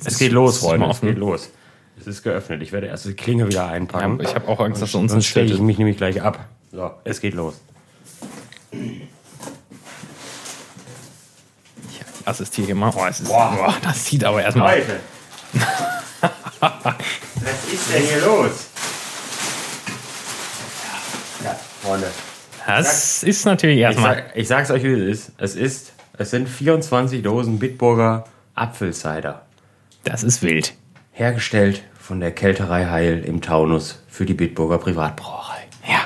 B: Es geht los,
A: es ist mal
B: Freunde. Es
A: offen.
B: geht los. Es ist geöffnet. Ich werde erst die Klinge wieder einpacken.
A: Aber ich habe auch Angst, dass du uns ein
B: Sonst stelle ich
A: Schild.
B: mich nämlich gleich ab. So, es geht los.
A: assistiere immer. Oh, es ist, boah, das sieht aber erstmal.
B: Leute! Was ist denn hier los? Ja, Freunde.
A: Das ist natürlich
B: Ich,
A: erstmal.
B: sag, ich sag's euch, wie es ist. Es ist, es sind 24 Dosen Bitburger Apfelcider.
A: Das ist wild.
B: Hergestellt von der Kälterei Heil im Taunus für die Bitburger Privatbrauerei.
A: Ja.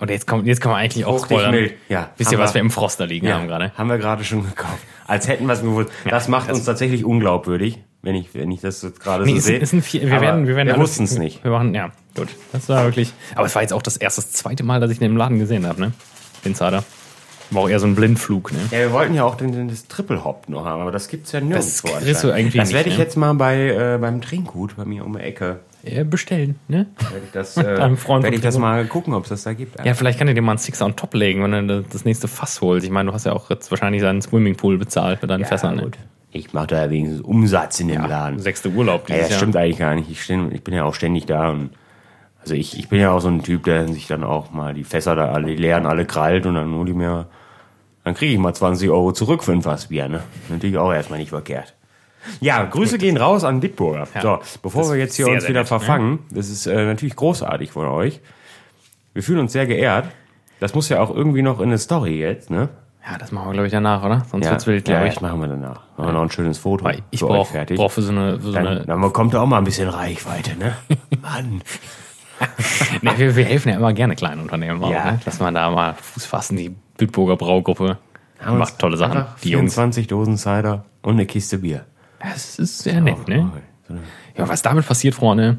A: Und jetzt kommt, jetzt kann man eigentlich auch
B: Fruchtig
A: spoilern.
B: mild. Ja,
A: Wisst ihr,
B: haben
A: was
B: wir.
A: wir im Froster liegen haben gerade?
B: Haben wir gerade schon gekauft. Als hätten wir es gewusst. Das macht uns tatsächlich unglaubwürdig, wenn ich, wenn ich das jetzt gerade
A: Nee,
B: so
A: ist,
B: sehe.
A: ist ein vier, wir
B: Aber
A: werden, wir werden
B: wir
A: alles-
B: wussten es nicht.
A: Wir machen, ja, gut. Das war wirklich. Aber es war jetzt auch das erste, das zweite Mal, dass ich den im Laden gesehen habe, ne? Den Zader. War auch eher so ein Blindflug, ne?
B: Ja, wir wollten ja auch den, den, das Triple Hop noch haben, aber das gibt's ja nirgendwo.
A: kriegst
B: anscheinend.
A: du irgendwie
B: das
A: nicht,
B: werde ich
A: ne?
B: jetzt mal bei, äh, beim Trinkgut bei mir um die Ecke.
A: Äh, bestellen, ne?
B: Werde ich das, äh,
A: Einem Freund
B: werde
A: von
B: ich das
A: Trinkgut.
B: mal gucken, ob es das da gibt.
A: Ja, vielleicht kann er dir mal einen Sixer on top legen, wenn er das- das nächste Fass holt. Ich meine, du hast ja auch jetzt wahrscheinlich seinen Swimmingpool bezahlt für deinen Fässer, ne?
B: gut. Ich mache da ja wenigstens Umsatz in dem Laden.
A: Sechste Urlaub
B: Ja,
A: dieses
B: das
A: Jahr.
B: stimmt eigentlich gar nicht. Ich, steh, ich bin ja auch ständig da und also ich, ich bin ja auch so ein Typ, der sich dann auch mal die Fässer da alle die leeren, alle krallt und dann hol ich mir, dann kriege ich mal 20 Euro zurück für ein Fass Bier, ne? Natürlich auch erstmal nicht verkehrt. Ja, Grüße gehen raus an Bitburger. so, bevor
A: das
B: wir
A: ist
B: jetzt hier
A: sehr,
B: uns
A: sehr
B: wieder
A: nett, ne?
B: verfangen, das ist äh, natürlich großartig von euch. Wir fühlen uns sehr geehrt. Das muss ja auch irgendwie noch in eine Story jetzt, ne?
A: Ja, das machen wir, glaube ich, danach, oder? Sonst
B: Ja,
A: wird's wild, glaube
B: ja,
A: ich.
B: das machen wir danach. Machen wir noch ein schönes Foto.
A: Weil Ich
B: für euch
A: brauche brauch für so eine. Für so
B: dann,
A: eine
B: dann bekommt er auch mal ein bisschen Reichweite, ne? Mann.
A: ne, wir, wir helfen ja immer gerne kleinen Unternehmen auch,
B: Ja,
A: ne? dass man da mal Fuß fassen. Die Bitburger Braugruppe macht tolle Sachen.
B: Einfach
A: Die Jungs.
B: 24 Dosen Cider und eine Kiste Bier. Oh,
A: Das ist sehr nett, ne?
B: So eine-
A: Ja, was damit passiert, Freunde?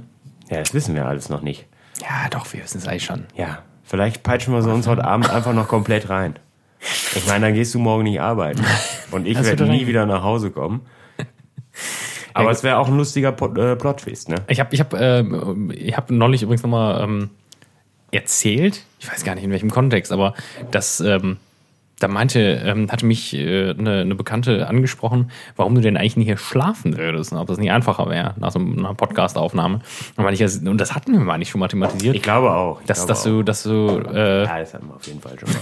B: Ja, das wissen wir alles noch nicht.
A: Ja, doch, wir wissen es eigentlich schon.
B: Ja, vielleicht peitschen wir sie uns heute Abend einfach noch komplett rein. Ich meine, dann gehst du morgen nicht arbeiten. Und ich
A: Das wird
B: werde nie
A: rein.
B: wieder nach Hause kommen. Aber es wäre auch ein lustiger Pot- äh, Plot-Twist, ne?
A: Ich habe ich hab, ähm, ich hab neulich übrigens nochmal ähm, erzählt, ich weiß gar nicht in welchem Kontext, aber dass ähm, da meinte, ähm, hatte mich äh, eine, eine Bekannte angesprochen, warum du denn eigentlich nie hier schlafen würdest und ob das nicht einfacher wäre nach so einer Podcast-Aufnahme. Und, meinte ich, das- und das hatten wir mal nicht schon mal thematisiert,
B: Ich glaube auch. Ich
A: dass,
B: glaube
A: dass
B: auch.
A: du, dass du äh,
B: Ja, das hatten wir auf jeden Fall schon mal.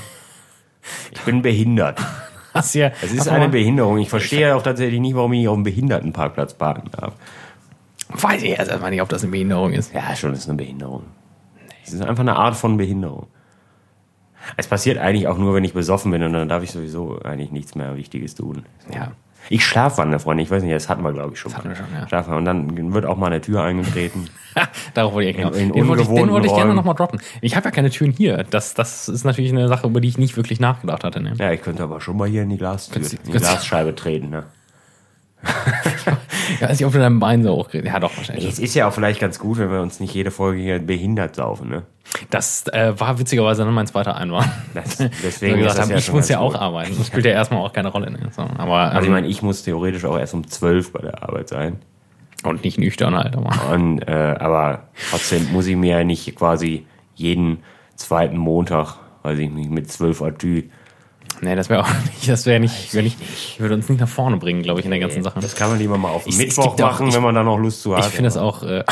B: Ich bin behindert.
A: hast ja.
B: Es ist eine Behinderung. Ich verstehe auch tatsächlich nicht, warum ich nicht auf dem Behindertenparkplatz parken darf.
A: Weiß ich erst einmal nicht, ob das eine Behinderung ist.
B: Ja, schon ist eine Behinderung. Es ist einfach eine Art von Behinderung. Es passiert eigentlich auch nur, wenn ich besoffen bin und dann darf ich sowieso eigentlich nichts mehr Wichtiges tun.
A: Ja.
B: Ich schlafwandere, Freunde. Ich weiß nicht, das hatten wir, glaube ich, schon.
A: hatten wir schon, ja.
B: Schlafwandern. Und dann wird auch mal eine Tür eingetreten.
A: Darauf wollte ich genau.
B: In- in
A: den wollte ich, den
B: ungewohnten
A: wollte ich gerne
B: Räumen.
A: nochmal droppen. Ich habe ja keine Türen hier. Das, das ist natürlich eine Sache, über die ich nicht wirklich nachgedacht hatte. Ne?
B: ja, ich könnte aber schon mal hier in die Glastür,
A: Kannst du-
B: in die
A: kannst du-
B: Glasscheibe treten. Ne?
A: Ich weiß nicht, ob du dein Bein so hochkriegst. Ja, doch, wahrscheinlich.
B: Es ist ja auch vielleicht ganz gut, wenn wir uns nicht jede Folge hier behindert saufen. Ne?
A: Das äh, war witzigerweise dann mein zweiter Einwand.
B: Das-
A: Weil
B: deswegen
A: wir gesagt
B: das
A: haben,
B: ja
A: ich
B: schon
A: muss
B: ganz
A: ja auch
B: gut.
A: arbeiten. Das spielt ja erstmal auch keine Rolle. Ne? So, aber, ähm,
B: Also ich meine, ich muss theoretisch auch erst um 12 bei der Arbeit sein.
A: und nicht nüchtern halt. Aber.
B: Und, äh, aber trotzdem muss ich mir ja nicht quasi jeden zweiten Montag, weiß ich nicht, mit 12 Atü.
A: Nee, das wäre auch nicht, das wäre nicht, wär nicht, würde uns nicht nach vorne bringen, glaube ich, in der ganzen Sache.
B: Das kann man lieber mal auf
A: Ich- es
B: Mittwoch
A: gibt auch-
B: machen,
A: ich-
B: wenn man da noch Lust zu hat.
A: Ich finde das auch, äh,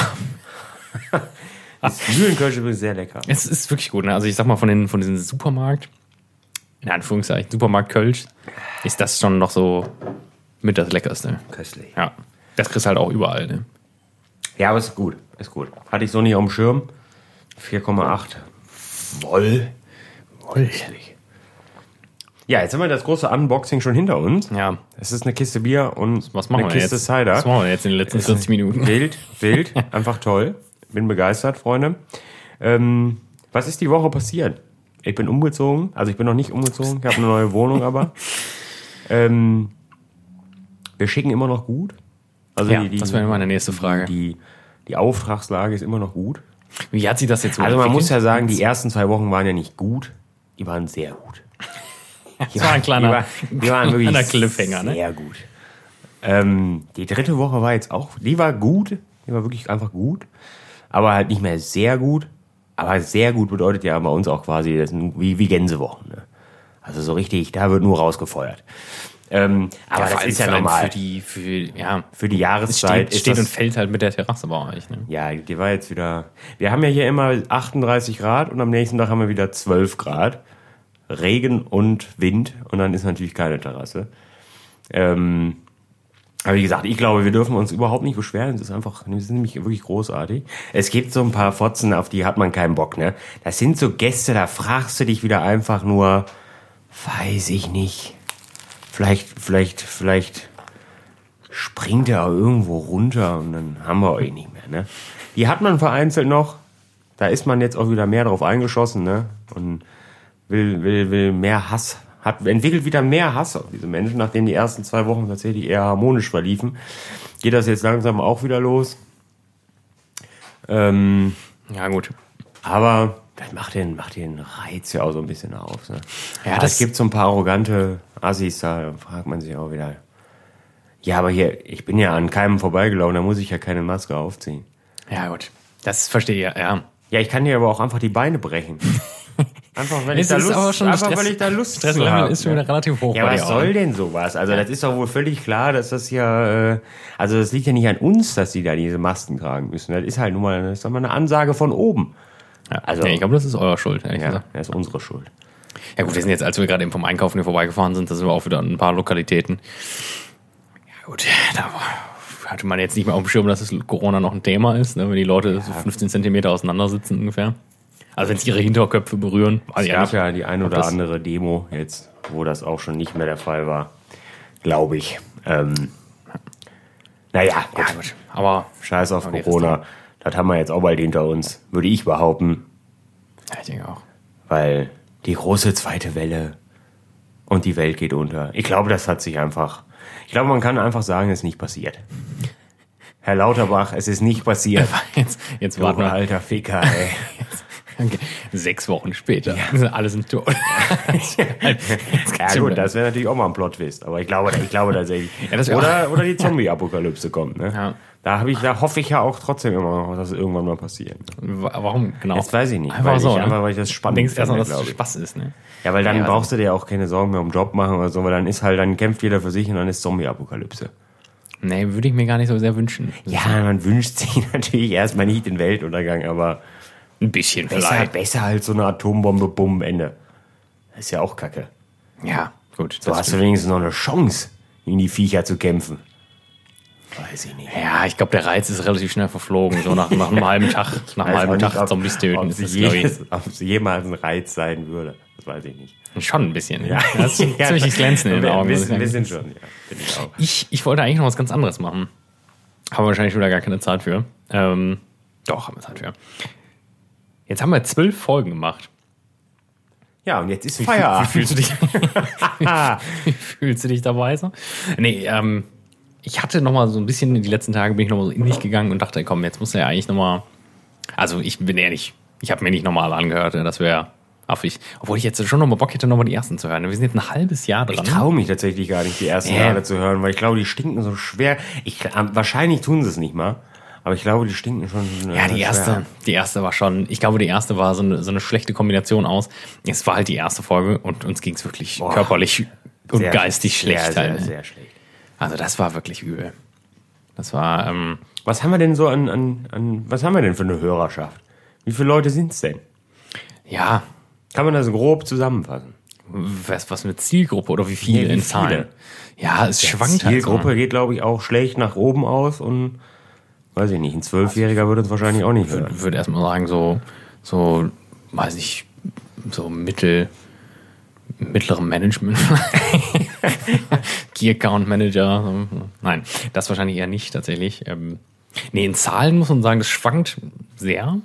B: das Mühlenkölsch übrigens sehr lecker.
A: es ist wirklich gut. Ne? Also ich sag mal, von, den, von diesem Supermarkt, in Anführungszeichen, Supermarkt Kölsch, ist das schon noch so mit das Leckerste.
B: Köstlich.
A: Ja, das kriegst du halt auch überall. Ne?
B: Ja, aber ist gut. Ist gut. Hatte ich so nicht auf dem Schirm. 4,8. Woll. Wolllich. Ja, jetzt haben wir das große Unboxing schon hinter uns.
A: Ja,
B: Es ist eine Kiste Bier und
A: was machen
B: eine
A: wir
B: Kiste
A: jetzt?
B: Cider. Äh,
A: Was machen wir jetzt in den letzten 40 Minuten?
B: Wild, wild, einfach toll. Bin begeistert, Freunde. Ähm, was ist die Woche passiert? Ich bin umgezogen, also ich bin noch nicht umgezogen, ich habe eine neue Wohnung, aber ähm, wir schicken immer noch gut. Also
A: Ja, das wäre meine nächste Frage.
B: Die, die Auftragslage ist immer noch gut.
A: Wie hat sich das jetzt so
B: Also man muss ja
A: entwickelt?
B: sagen, die ersten zwei Wochen waren ja nicht gut, die waren sehr gut.
A: das war ein kleiner,
B: die waren, die waren wirklich
A: kleiner Cliffhanger, ne?
B: sehr gut. Ähm, die dritte Woche war jetzt auch, die war gut, die war wirklich einfach gut, aber halt nicht mehr sehr gut. Aber sehr gut bedeutet ja bei uns auch quasi, das sind wie, wie Gänsewochen. Ne? Also so richtig, da wird nur rausgefeuert. Ähm, aber
A: vor
B: das
A: allem
B: ist ja
A: für einen-
B: normal.
A: Für die, für, ja,
B: Für die Jahreszeit
A: steht,
B: ist
A: steht
B: das,
A: und fällt halt mit der Terrasse bei euch. Ne?
B: ja, die war jetzt wieder. Wir haben ja hier immer 38 Grad und am nächsten Tag haben wir wieder 12 Grad. Regen und Wind und dann ist natürlich keine Terrasse. Ähm, aber wie gesagt, ich glaube, wir dürfen uns überhaupt nicht beschweren. Es ist einfach, es ist nämlich wirklich großartig. Es gibt so ein paar Fotzen, auf die hat man keinen Bock, ne? Das sind so Gäste, da fragst du dich wieder einfach nur, weiß ich nicht. Vielleicht, vielleicht, vielleicht springt er irgendwo runter und dann haben wir euch nicht mehr, ne? Die hat man vereinzelt noch. Da ist man jetzt auch wieder mehr drauf eingeschossen, ne? Und will, will, will mehr Hass, hat entwickelt wieder mehr Hass auf diese Menschen, nachdem die ersten zwei Wochen tatsächlich eher harmonisch verliefen. Geht das jetzt langsam auch wieder los? Ähm,
A: Ja, gut.
B: aber das macht den, macht den Reiz ja auch so ein bisschen auf. Ne?
A: Ja,
B: Ja,
A: das-
B: das es gibt so ein paar arrogante Assis da, da fragt man sich auch wieder. Ja, aber hier, ich bin ja an keinem vorbeigelaufen, da muss ich ja keine Maske aufziehen.
A: Ja, gut. Das verstehe ich, ja. ja.
B: Ja, ich kann dir aber auch einfach die Beine brechen. Einfach, weil ich
A: Es
B: da
A: ist
B: Lust,
A: aber schon
B: einfach
A: Stress-
B: weil ich da Lust
A: Stresslevel
B: zu hab,
A: ist schon
B: ne?
A: wieder relativ hoch
B: Ja,
A: bei
B: was
A: dir auch,
B: soll
A: ne?
B: denn sowas? Also das ist doch wohl völlig klar, dass das ja, äh, also das liegt ja nicht an uns, dass die da diese Masken tragen müssen. Das ist halt nun mal, das ist doch mal eine Ansage von oben.
A: ja.
B: Also-
A: Also, nee, ich glaube, das ist euer Schuld, ehrlich
B: Ja,
A: gesagt.
B: das ist unsere Schuld.
A: Ja, gut, wir sind jetzt, als wir gerade eben vom Einkaufen hier vorbeigefahren sind, da sind wir auch wieder an ein paar Lokalitäten. Ja, gut, da war- hatte man jetzt nicht mehr auf dem Schirm, dass es Corona noch ein Thema ist, ne, wenn die Leute so 15 Zentimeter auseinandersitzen ungefähr. Also, wenn sie ihre Hinterköpfe berühren.
B: Es
A: Also, ja,
B: gab
A: nicht.
B: ja die ein oder
A: das-
B: andere Demo jetzt, wo das auch schon nicht mehr der Fall war, glaube ich. Ähm, naja, gut.
A: ja, gut. Aber ne?
B: Scheiß auf
A: Okay, das
B: Corona. Das haben wir jetzt auch bald hinter uns, würde ich behaupten.
A: ja, ich denke auch.
B: weil die große zweite Welle und die Welt geht unter. Ich glaube, das hat sich einfach. Ich glaube, man kann einfach sagen, es ist nicht passiert. Herr Lauterbach, es ist nicht passiert.
A: Jetzt, jetzt
B: Du
A: warten wir
B: alter Ficker, ey.
A: Okay. Sechs Wochen später. Alle sind tot.
B: Ja gut, das wäre natürlich auch mal ein Plot-Twist, aber ich glaube, ich glaube tatsächlich.
A: Ja, das wär-
B: oder, oder die Zombie-Apokalypse kommt, ne?
A: Ja.
B: Da, hab ich, da hoffe ich ja auch trotzdem immer noch, dass es irgendwann mal passiert.
A: Warum genau?
B: Das weiß ich nicht.
A: Einfach
B: weil
A: so.
B: ich,
A: ne?
B: einfach, weil ich das
A: Du
B: spannend
A: denkst erstmal,
B: finde,
A: dass
B: glaub
A: es
B: ich.
A: Spaß ist, ne?
B: Ja, weil dann
A: Ja, also-
B: brauchst du dir auch keine Sorgen mehr um Job machen oder so, weil dann ist halt, dann kämpft jeder für sich und dann ist Zombie-Apokalypse.
A: Nee, würde ich mir gar nicht so sehr wünschen.
B: Ja, man wünscht sich natürlich erstmal nicht den Weltuntergang, aber
A: Ein bisschen
B: besser,
A: vielleicht.
B: besser als so eine Atombombe, bumm, Ende. Das ist ja auch kacke.
A: Ja, gut.
B: So
A: das
B: hast du wenigstens noch eine Chance, gegen die Viecher zu kämpfen. Weiß ich nicht.
A: Ja, ich glaube, der Reiz ist relativ schnell verflogen. So nach, nach einem halben Tag, nach einem halben Tag Zombies töten.
B: Also ob
A: Ist
B: sie,
A: das, glaub ich,
B: je, ob sie jemals ein Reiz sein würde. Das weiß ich nicht.
A: schon ein bisschen. Das ist ein ziemliches Glänzen in den
B: Ja,
A: Augen.
B: Ein
A: muss ich
B: bisschen,
A: sagen.
B: bisschen schon, ja. Finde ich auch.
A: Ich, ich wollte eigentlich noch was ganz anderes machen. Haben wir wahrscheinlich wieder gar keine Zeit für. Ähm, doch, haben wir Zeit für. Jetzt haben wir zwölf Folgen gemacht.
B: Ja, und jetzt ist
A: Wie
B: Feierabend.
A: fühlst du dich? Wie fühlst du dich dabei so? Nee, ähm, ich hatte noch mal so ein bisschen, die letzten Tage bin ich noch mal so in mich gegangen und dachte, komm, jetzt muss er ja eigentlich noch mal, also ich bin ehrlich, ich habe mir nicht noch mal alle angehört, das wäre affig. Obwohl ich jetzt schon noch mal Bock hätte, noch mal die ersten zu hören. Wir sind jetzt ein halbes Jahr dran.
B: Ich traue mich tatsächlich gar nicht, die ersten
A: Nee.
B: Jahre zu hören, weil ich glaube, die stinken so schwer. Ich, äh, wahrscheinlich tun sie es nicht mal, aber ich glaube, die stinken schon. äh,
A: Ja, die
B: schwer ab.
A: erste, die erste war schon, ich glaube, die erste war so eine, so eine schlechte Kombination aus. Es war halt die erste Folge und uns ging's wirklich körperlich und
B: Sehr-
A: geistig schlecht.
B: Sehr, sehr,
A: halt.
B: sehr schlecht.
A: Also das war wirklich übel. Das war, ähm,
B: Was haben wir denn so an, an, an, was haben wir denn für eine Hörerschaft? Wie viele Leute sind's denn?
A: ja,
B: Kann man das grob zusammenfassen?
A: was, was mit Zielgruppe oder wie viele
B: Nee, wie
A: in
B: viele?
A: Zahlen? Ja, es schwankt halt.
B: Zielgruppe geht, glaube ich, auch schlecht nach oben aus und weiß ich nicht, ein Zwölfjähriger würde uns wahrscheinlich auch nicht hören.
A: Ich würde erstmal sagen, so, so, weiß ich, so Mittel, mittlerem Management. Key Account Manager. so. Nein, das wahrscheinlich eher nicht tatsächlich. Ähm, nee, in Zahlen muss man sagen, das schwankt sehr.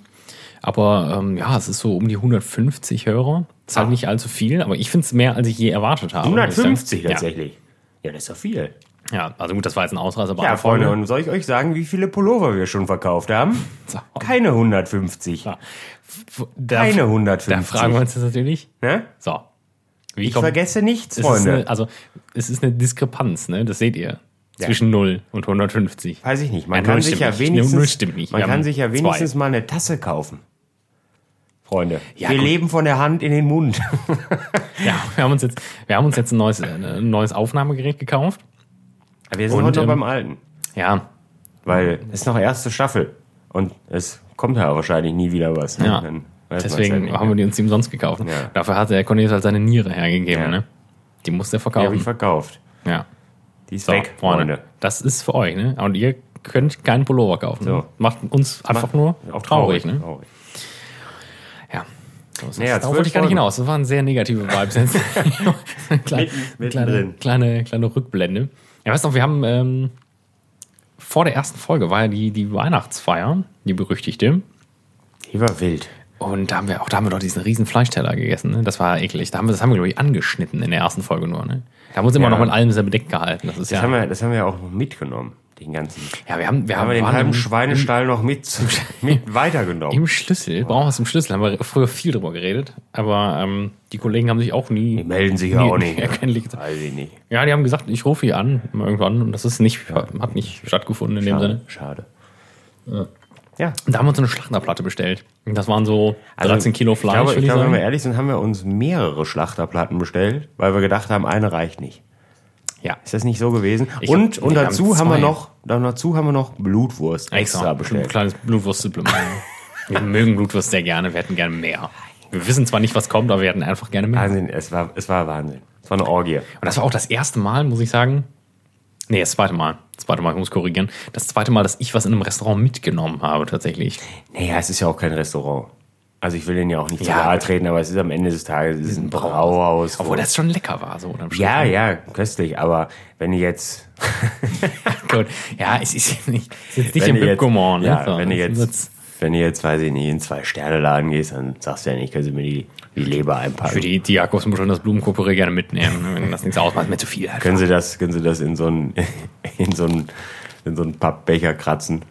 A: Aber ähm, ja, es ist so um die 150 Hörer. Das
B: Ah.
A: ist halt nicht allzu viel, aber ich finde es mehr, als ich je erwartet habe. muss ich sagen.
B: 150
A: ja.
B: tatsächlich. Ja, das ist doch viel.
A: Ja, also gut, das war jetzt ein Ausreißer bei
B: Ja,
A: einer
B: Freunde,
A: Folge.
B: und soll ich euch sagen, wie viele Pullover wir schon verkauft haben?
A: So.
B: Keine 150.
A: Da,
B: Oh. Keine
A: da
B: 150.
A: fragen wir uns das natürlich.
B: ne?
A: So. Wie
B: Ich vergesse nichts,
A: es ist
B: Freunde.
A: eine, Also, es ist eine Diskrepanz, ne? Das seht ihr.
B: Ja.
A: Zwischen 0 und 150.
B: Weiß ich nicht. Man
A: Ja,
B: kann
A: null
B: sich
A: stimmt
B: ja
A: nicht. Nee, null
B: wenigstens,
A: stimmt nicht.
B: man
A: Wir
B: kann
A: haben
B: sich ja
A: zwei.
B: wenigstens mal eine Tasse kaufen. Freunde,
A: Ja,
B: wir
A: gut.
B: leben von der Hand in den Mund.
A: Ja, wir haben uns jetzt, wir haben uns jetzt ein, neues, äh, ein neues Aufnahmegerät gekauft.
B: Aber wir sind
A: Und,
B: heute noch
A: ähm,
B: beim Alten,
A: Ja,
B: weil es ist noch erste Staffel und es kommt ja wahrscheinlich nie wieder was. ne?
A: ja.
B: Dann weiß man's ja
A: Deswegen
B: nicht. ne?
A: haben wir die uns die umsonst gekauft.
B: Ja.
A: Dafür hat der Cornelius halt seine Niere hergegeben,
B: Ja.
A: ne? Die musste er
B: Die habe ich
A: verkaufen.
B: verkauft.
A: Ja.
B: Die ist
A: So,
B: weg, Freunde.
A: Das ist für euch, ne? Und ihr könnt keinen Pullover kaufen.
B: So.
A: Macht uns einfach nur
B: Auch
A: traurig,
B: traurig,
A: ne?
B: Traurig.
A: Ja. So, so,
B: Naja,
A: da
B: zwölf
A: wollte ich gar nicht
B: Folgen.
A: hinaus. Das waren sehr negative Vibes jetzt. Klein,
B: Mitten-
A: kleine,
B: mittendrin.
A: kleine, kleine Rückblende. Ja, weißt du noch, wir haben ähm, vor der ersten Folge war ja die, die Weihnachtsfeier, die berüchtigte.
B: Die war wild.
A: Und da haben wir auch, da haben wir doch diesen riesen Fleischteller gegessen. Ne? Das war eklig. Da haben wir, das haben wir, glaube ich, angeschnitten in der ersten Folge nur. Ne? Da haben wir uns immer
B: Ja.
A: noch mit allem sehr bedeckt gehalten. Das ist
B: Das,
A: ja,
B: haben wir, das haben wir auch noch mitgenommen, den ganzen.
A: ja, wir haben, wir
B: Haben wir den
A: waren
B: halben
A: im-
B: Schweinestall noch mit, zu- mit weitergenommen.
A: Im Schlüssel, brauchen wir es im Schlüssel, haben wir früher viel drüber geredet, aber ähm, die Kollegen haben sich auch nie.
B: Die melden sich ja
A: nie-
B: auch nicht. ne?
A: Erkenntlich gesagt.
B: Weiß ich nicht.
A: Ja, die haben gesagt, ich rufe hier an, mal irgendwann, und das ist nicht, hat nicht stattgefunden in dem Sinne.
B: Schade. Schade. Ja.
A: Und da haben wir uns so eine Schlachterplatte bestellt. Und das waren so 13 Kilo Fleisch,
B: Also, Ich glaube,
A: würde ich
B: ich glaube wenn wir
A: sagen.
B: ehrlich sind, haben wir uns mehrere Schlachterplatten bestellt, weil wir gedacht haben, eine reicht nicht.
A: Ja.
B: Ist das nicht so gewesen?
A: Ich
B: und
A: glaub,
B: und
A: wir haben
B: dazu haben, wir
A: zwei.
B: noch, dann dazu haben wir noch Blutwurst extra
A: Extra, ein
B: bestellt.
A: kleines Blutwurst-Supplement. wir mögen Blutwurst sehr gerne, wir hätten gerne mehr. Wir wissen zwar nicht, was kommt, aber wir hätten einfach gerne mehr.
B: Wahnsinn, es war, es war Wahnsinn. Es war eine Orgie.
A: Und das war auch das erste Mal, muss ich sagen. Nee, das zweite Mal. Das zweite Mal, ich muss korrigieren. Das zweite Mal, dass ich was in einem Restaurant mitgenommen habe, tatsächlich.
B: Naja, es ist ja auch kein Restaurant. Also ich will denen ja auch nicht zu
A: Ja.
B: nahe treten, aber es ist am Ende des Tages es ist ein Brauhaus.
A: Obwohl das schon lecker war, so unterm Strich.
B: ja, ja, köstlich, aber wenn du jetzt...
A: Gut. Ja, es ist nicht, es ist jetzt nicht
B: wenn
A: im
B: du jetzt-
A: Bibgomorn.
B: ne? Ja, wenn du
A: das,
B: jetzt... Wenn du jetzt, weiß ich nicht, in einen Zwei-Sterne-Laden gehst, dann sagst du ja nicht, können sie mir die, die Leber
A: Für
B: einpacken.
A: die, die Jakobsmutter das Blumenkoporé gerne mitnehmen, ne? wenn das nichts ausmacht, mir zu viel. halt. Hat.
B: Können Sie das, können Sie das in so einen, in so einen, in so einen Pappbecher kratzen?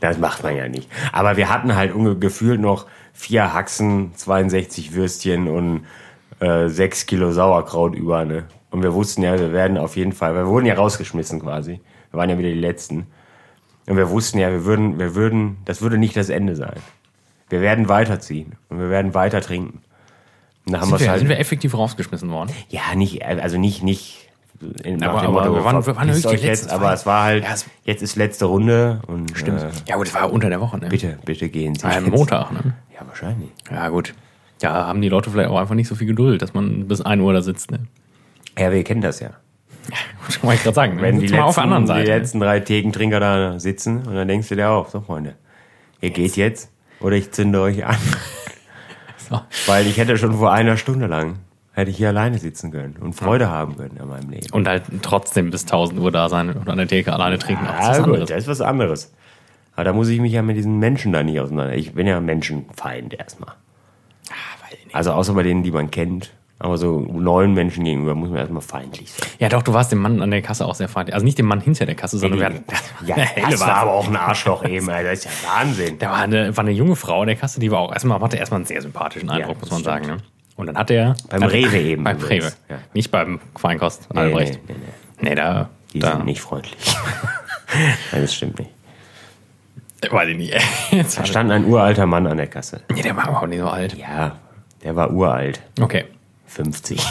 B: Das macht man ja nicht. Aber wir hatten halt unge- gefühlt noch vier Haxen, 62 Würstchen und äh, sechs Kilo Sauerkraut über, ne? Und wir wussten ja, wir werden auf jeden Fall, wir wurden ja rausgeschmissen quasi. Wir waren ja wieder die Letzten. Und wir wussten ja, wir würden, wir würden, das würde nicht das Ende sein. Wir werden weiterziehen und wir werden weiter trinken. Und da haben
A: Sind
B: wir's
A: wir,
B: halt-
A: sind wir effektiv rausgeschmissen worden?
B: ja, nicht, also nicht, nicht. In,
A: Aber- aber wir waren- wir waren
B: verpisst
A: wirklich
B: euch
A: die
B: jetzt,
A: letzten
B: aber
A: zwei.
B: es war halt,
A: Ja, es-
B: jetzt ist letzte Runde und stimmt. Äh,
A: Ja gut, das war ja unter der Woche, ne?
B: bitte, bitte gehen Sie.
A: War ja
B: jetzt.
A: Montag, ne?
B: Ja, wahrscheinlich.
A: Ja gut. Ja, haben die Leute vielleicht auch einfach nicht so viel Geduld, dass man bis 1 Uhr da sitzt, ne?
B: Ja, wir kennen das ja.
A: Gut, wollte ich gerade sagen.
B: Wenn die
A: Sitzt mal
B: letzten,
A: auf der anderen Seite.
B: die letzten drei Tegentrinker da sitzen und dann denkst du dir auch, so Freunde, ihr geht jetzt oder ich zünde euch an.
A: So.
B: Weil ich hätte schon vor einer Stunde lang, hätte ich hier alleine sitzen können und Freude haben können an meinem Leben.
A: Und halt trotzdem bis 1000 Uhr da sein und an der Theke alleine trinken. auch das ist
B: Ah,
A: was
B: gut,
A: anderes.
B: das ist was anderes. Aber da muss ich mich ja mit diesen Menschen da nicht auseinander. Ich bin ja Menschenfeind erstmal.
A: Ah,
B: Also außer bei denen, die man kennt. Aber so neuen Menschen gegenüber muss man erstmal feindlich sein.
A: Ja, doch, du warst dem Mann an der Kasse auch sehr feindlich. Also nicht dem Mann hinter der Kasse, sondern wir hatten,
B: Ja,
A: Der Helle
B: das war
A: war-
B: aber auch ein Arschloch eben. Alter. Das ist ja Wahnsinn.
A: da war eine, war eine junge Frau an der Kasse, die war auch erstmal, hatte erstmal einen sehr sympathischen Eindruck,
B: Ja,
A: muss
B: das
A: man sagen. Ne? Und dann hat er.
B: Beim
A: hat,
B: Rewe eben
A: Beim
B: übrigens,
A: Rewe.
B: ja.
A: Nicht beim Feinkost
B: Nee,
A: Albrecht. Nee,
B: nee, nee,
A: da.
B: Die
A: da
B: sind nicht freundlich. Nein, das stimmt nicht.
A: Weiß ich nicht. Jetzt
B: Da
A: war
B: stand ein uralter Mann an der Kasse.
A: nee, der war auch nicht so alt.
B: Ja, der war uralt.
A: Okay.
B: 50.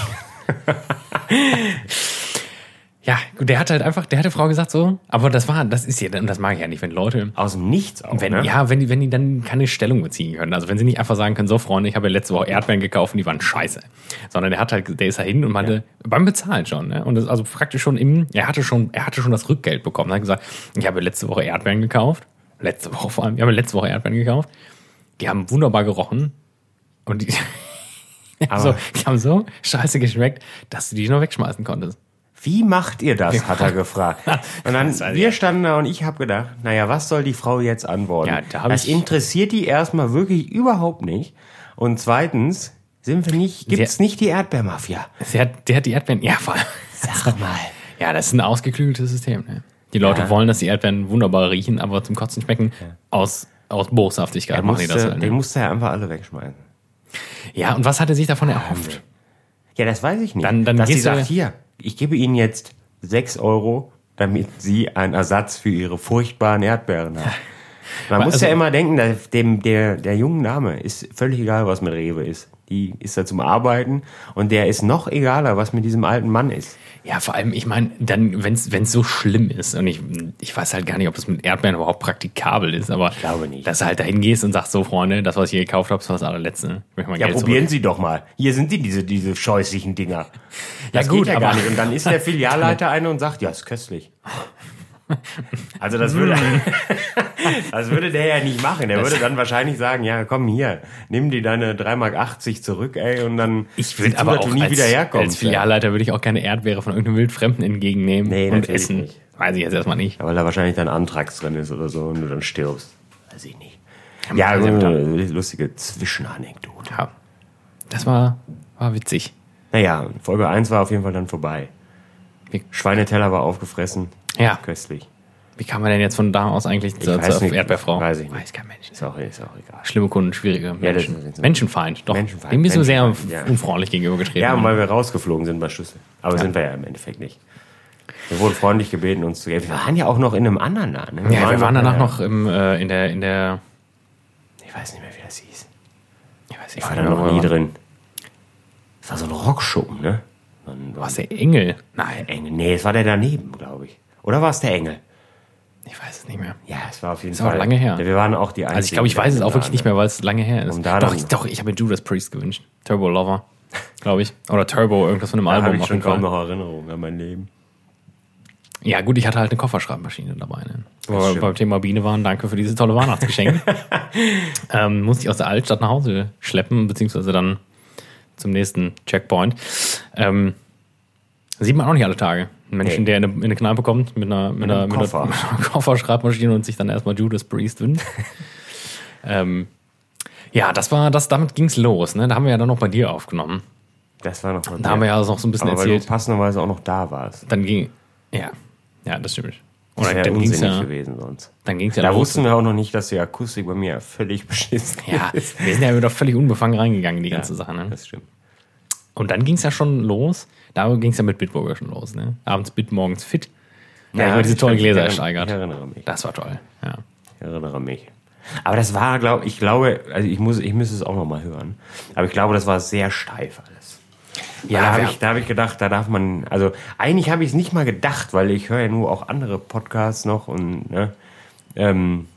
A: Ja, gut, der hat halt einfach, der hat der Frau gesagt so, aber das war, das ist ja, und das mag ich ja nicht, wenn Leute
B: Aus dem Nichts auch,
A: Wenn,
B: ne?
A: Ja, wenn die, wenn die dann keine Stellung beziehen können. Also wenn sie nicht einfach sagen können, so Freunde, ich habe ja letzte Woche Erdbeeren gekauft und die waren scheiße. Sondern der hat halt, der ist da hin und meinte, beim Bezahlen schon, ne? Und das also praktisch schon im, er hatte schon, er hatte schon das Rückgeld bekommen. Er hat gesagt, ich habe letzte Woche Erdbeeren gekauft. Letzte Woche vor allem, ich habe letzte Woche Erdbeeren gekauft. Die haben wunderbar gerochen. Und die, also, die haben so scheiße geschmeckt, dass du die noch wegschmeißen konntest.
B: Wie macht ihr das? hat er gefragt. Und dann,
A: Das weiß ich
B: wir standen da und ich habe gedacht, naja, was soll die Frau jetzt antworten?
A: Ja, da hab
B: das
A: ich-
B: interessiert die erstmal wirklich überhaupt nicht. Und zweitens, sind wir nicht, gibt's nicht die Erdbeermafia?
A: Sie hat, der hat die Erdbeeren, ja, vor allem.
B: Sag mal.
A: Ja, das ist ein ausgeklügeltes System. Ne? Die Leute
B: Ja.
A: wollen, dass die Erdbeeren wunderbar riechen, aber zum Kotzen schmecken aus, aus Boshaftigkeit
B: Er
A: machen die das
B: musste,
A: halt.
B: den
A: Ne?
B: musste er einfach alle wegschmeißen.
A: Ja, und was hat er sich davon erhofft?
B: Ja, das weiß ich nicht.
A: Dann- dann
B: Dass sie
A: gehst du-
B: sagt, hier, ich gebe Ihnen jetzt sechs Euro, damit Sie einen Ersatz für Ihre furchtbaren Erdbeeren haben. Man muss
A: also-
B: ja immer denken, dass dem, der, der jungen Dame ist völlig egal, was mit Rewe ist. die ist da zum Arbeiten und der ist noch egaler, was mit diesem alten Mann ist.
A: Ja, vor allem, ich meine, dann, wenn es so schlimm ist, und ich, ich weiß halt gar nicht, ob das mit Erdbeeren überhaupt praktikabel ist, aber ich
B: glaube nicht.
A: dass du halt dahin gehst und sagst, so Freunde, das, was ich hier gekauft habe, ist das allerletzte. Ich möchte mein
B: Ja,
A: Geld
B: probieren
A: zurück.
B: Sie doch mal. Hier sind die, diese, diese scheußlichen Dinger. Das
A: gut,
B: geht ja gar
A: aber-
B: nicht. Und dann ist der Filialleiter einer und sagt, ja, ist köstlich. Also das würde,
A: Mm.
B: das würde der ja nicht machen. Der würde dann wahrscheinlich sagen, ja, komm hier, nimm die deine 3,80 Mark zurück, ey, und dann
A: Ich
B: siehst
A: würde
B: du,
A: aber
B: dass
A: auch
B: du nie
A: als,
B: wieder herkommst.
A: als Filialleiter würde ich auch keine Erdbeere von irgendeinem Wildfremden entgegennehmen
B: Nee,
A: und
B: natürlich
A: essen.
B: nicht.
A: Weiß ich jetzt erstmal nicht.
B: Ja, weil da wahrscheinlich dein Antrax drin ist oder so und du dann stirbst. Weiß ich nicht. Ja,
A: Ja,
B: also,
A: man kann
B: eine lustige Zwischenanekdote.
A: Ja. Das war, war witzig.
B: Naja, Folge 1 war auf jeden Fall dann vorbei.
A: Wie-
B: Schweineteller war aufgefressen.
A: Ja.
B: Köstlich.
A: Wie kam man denn jetzt von da aus eigentlich zur,
B: weiß
A: zur
B: nicht.
A: Erdbeerfrau?
B: Weiß ich nicht.
A: Weiß kein Mensch.
B: Ist auch, ist auch egal.
A: Schlimme Kunden, schwierige
B: das
A: Menschen.
B: ist jetzt so.
A: Menschenfeind, doch.
B: Menschenfeind,
A: Dem bist du sehr
B: Menschenfeind, ja.
A: unfreundlich gegenübergetreten.
B: Ja, und weil wir rausgeflogen sind bei Schlüssel. Aber sind wir ja im Endeffekt nicht. Wir wurden freundlich gebeten, uns zu helfen. Wir waren ja auch noch in einem anderen Laden. ne?
A: ja, wir waren
B: noch- äh,
A: danach noch im, äh, in der, in der,
B: Ich weiß nicht mehr, wie das hieß.
A: ich weiß
B: Ich
A: nicht,
B: war da noch nie drin. Das war so ein Rockschuppen, ne? So ein- so ein-
A: Was der Engel? Nein,
B: Engel. Nee, es war der daneben, glaube ich. Oder war es der Engel?
A: ich weiß es nicht mehr.
B: Ja, es war auf jeden
A: Ist auch lange her.
B: Ja, wir waren auch die Einzigen.
A: Also ich glaube, ich weiß es auch wirklich nicht mehr, weil es lange her ist.
B: Um da
A: doch,
B: dann-
A: ich, doch, ich habe mir Judas Priest gewünscht. Turbo Lover, glaube ich. Oder Turbo, irgendwas von einem
B: Da habe
A: Album.
B: ich
A: auf
B: schon
A: jeden
B: kaum
A: Fall.
B: noch Erinnerungen an mein Leben.
A: Ja gut, ich hatte halt eine Kofferschreibmaschine dabei. Ne? Wo wir
B: stimmt.
A: beim Thema Biene waren, danke für dieses tolle Weihnachtsgeschenk. ähm, musste ich aus der Altstadt nach Hause schleppen, beziehungsweise dann zum nächsten Checkpoint. Ähm, sieht man auch nicht alle Tage. Einen Menschen,
B: Nee.
A: der in eine, in eine Kneipe kommt mit einer, mit einer,
B: einem
A: mit einer,
B: Koffer.
A: mit einer Kofferschreibmaschine und sich dann erstmal Judas Priest wünscht. ähm, ja, das war, das, damit ging's los. Ne? Da haben wir ja dann noch bei dir aufgenommen.
B: Das war noch von
A: Da
B: dir.
A: haben wir ja also noch so ein bisschen
B: Aber weil du
A: erzählt.
B: passenderweise auch noch da warst.
A: Dann ging, ja, ja, das stimmt. Und
B: Das
A: dann,
B: wäre
A: dann ging's
B: unsinnig
A: ja,
B: gewesen sonst.
A: dann ging's ja
B: Da
A: los.
B: wussten wir auch noch nicht, dass die Akustik bei mir völlig beschissen
A: Ja, wir
B: ist.
A: sind ja wieder völlig unbefangen reingegangen, die ganze Sache. Ne?
B: Das stimmt.
A: Und dann ging es ja schon los. Da ging es ja mit Bitburger schon los. Ne? Abends Bit, morgens fit. Ja,
B: Ja,
A: ich habe diese
B: ich
A: tollen
B: kann-
A: Gläser
B: ich
A: ersteigert.
B: erinnere mich.
A: Das war toll. Ja.
B: Ich erinnere mich. Aber das war, glaube ich, glaube, also ich muss, ich müsste es auch noch mal hören. Aber ich glaube, das war sehr steif alles. Ja, da habe
A: wir-
B: ich, da habe ich gedacht, da darf man, also eigentlich habe ich es nicht mal gedacht, weil ich höre ja nur auch andere Podcasts noch und ne, ähm,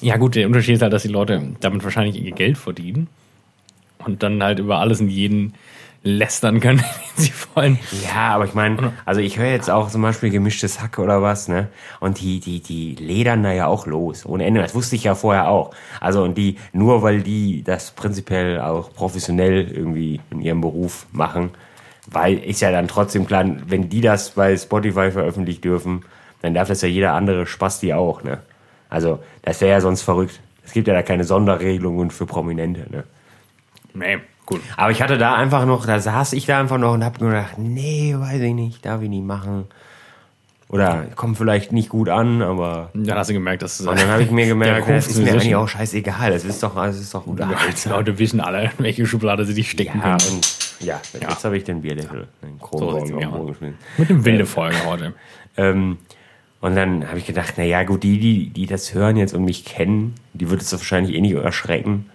A: ja, gut, der Unterschied ist halt, dass die Leute damit wahrscheinlich ihr Geld verdienen und dann halt über alles und jeden lästern können, wenn sie wollen.
B: Ja, aber ich meine, also ich höre jetzt auch zum Beispiel gemischtes Hack oder was, ne? Und die, die, die ledern da ja auch los. Ohne Ende. Das wusste ich ja vorher auch. Also und die, nur weil die das prinzipiell auch professionell irgendwie in ihrem Beruf machen, weil ist ja dann trotzdem klar, wenn die das bei Spotify veröffentlicht dürfen, dann darf das ja jeder andere Spasti auch, ne? Also, das wäre ja sonst verrückt. Es gibt ja da keine Sonderregelungen für Prominente, ne?
A: Nee, gut.
B: Aber ich hatte da einfach noch, da saß ich da einfach noch und habe gedacht, nee, weiß ich nicht, darf ich nicht machen. Oder kommt vielleicht nicht gut an, aber.
A: Dann hast du gemerkt, dass
B: Und dann habe ich mir gemerkt,
A: Der
B: das
A: Ruf
B: ist mir
A: zwischen-
B: eigentlich auch scheißegal, das ist doch, das ist doch gut.
A: die Leute wissen alle, in welche Schublade sie dich stecken
B: Ja,
A: können.
B: und ja, jetzt habe ich den Bierdeckel, den
A: So sieht's
B: Kronkorken
A: mir
B: auf den
A: aus.
B: Boden geschmissen.
A: Mit einem wilde Folge heute.
B: Ähm, und dann habe ich gedacht, na ja, gut, die, die, die das hören jetzt und mich kennen, die wird es doch wahrscheinlich eh nicht erschrecken,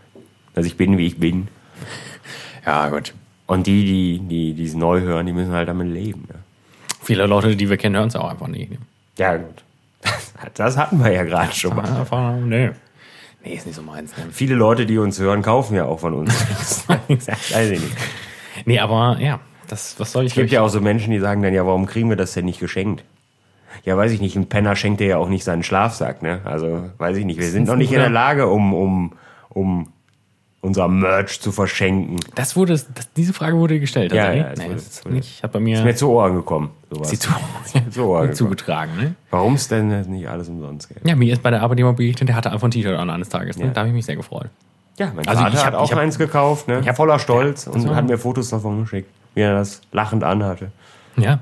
B: dass ich bin, wie ich bin.
A: Ja, gut.
B: Und die, die, die, die es neu hören, die müssen halt damit leben. Ne?
A: Viele Leute, die wir kennen, hören es auch einfach nicht. ne?
B: Ja, gut. Das, das hatten wir ja gerade schon mal.
A: Einfach, nee. Nee, ist nicht so meins. Ne?
B: Viele Leute, die uns hören, kaufen ja auch von uns. Weiß ich nicht.
A: Nee, aber ja, das, was soll ich
B: Es gibt ja auch so Menschen, die sagen dann, ja, warum kriegen wir das denn nicht geschenkt? Ja, weiß ich nicht, ein Penner schenkt dir ja auch nicht seinen Schlafsack, ne? Also, weiß ich nicht. Wir sind noch nicht in der Lage, um, um, um unser Merch zu verschenken.
A: Das wurde, das, diese Frage wurde gestellt. also,
B: Ja,
A: tatsächlich?
B: ja, es
A: nee,
B: wurde-
A: das ist
B: es wurde-
A: nicht, hat bei
B: Ist mir
A: mir
B: zu Ohren gekommen, sowas.
A: die zu,
B: zu Ohren gekommen.
A: zugetragen. Ne?
B: Warum es denn nicht alles umsonst geht?
A: Ja, mir ist bei der Arbeit jemand begegnet, der hatte einfach ein T-Shirt an eines Tages. Ne? Da habe ich mich sehr gefreut.
B: Ja, mein
A: Also
B: Vater
A: ich
B: hat
A: hab-
B: auch
A: ich hab-
B: eins gekauft, ne? voller Stolz und
A: war-
B: hat mir Fotos davon geschickt, wie er das lachend anhatte.
A: Ja,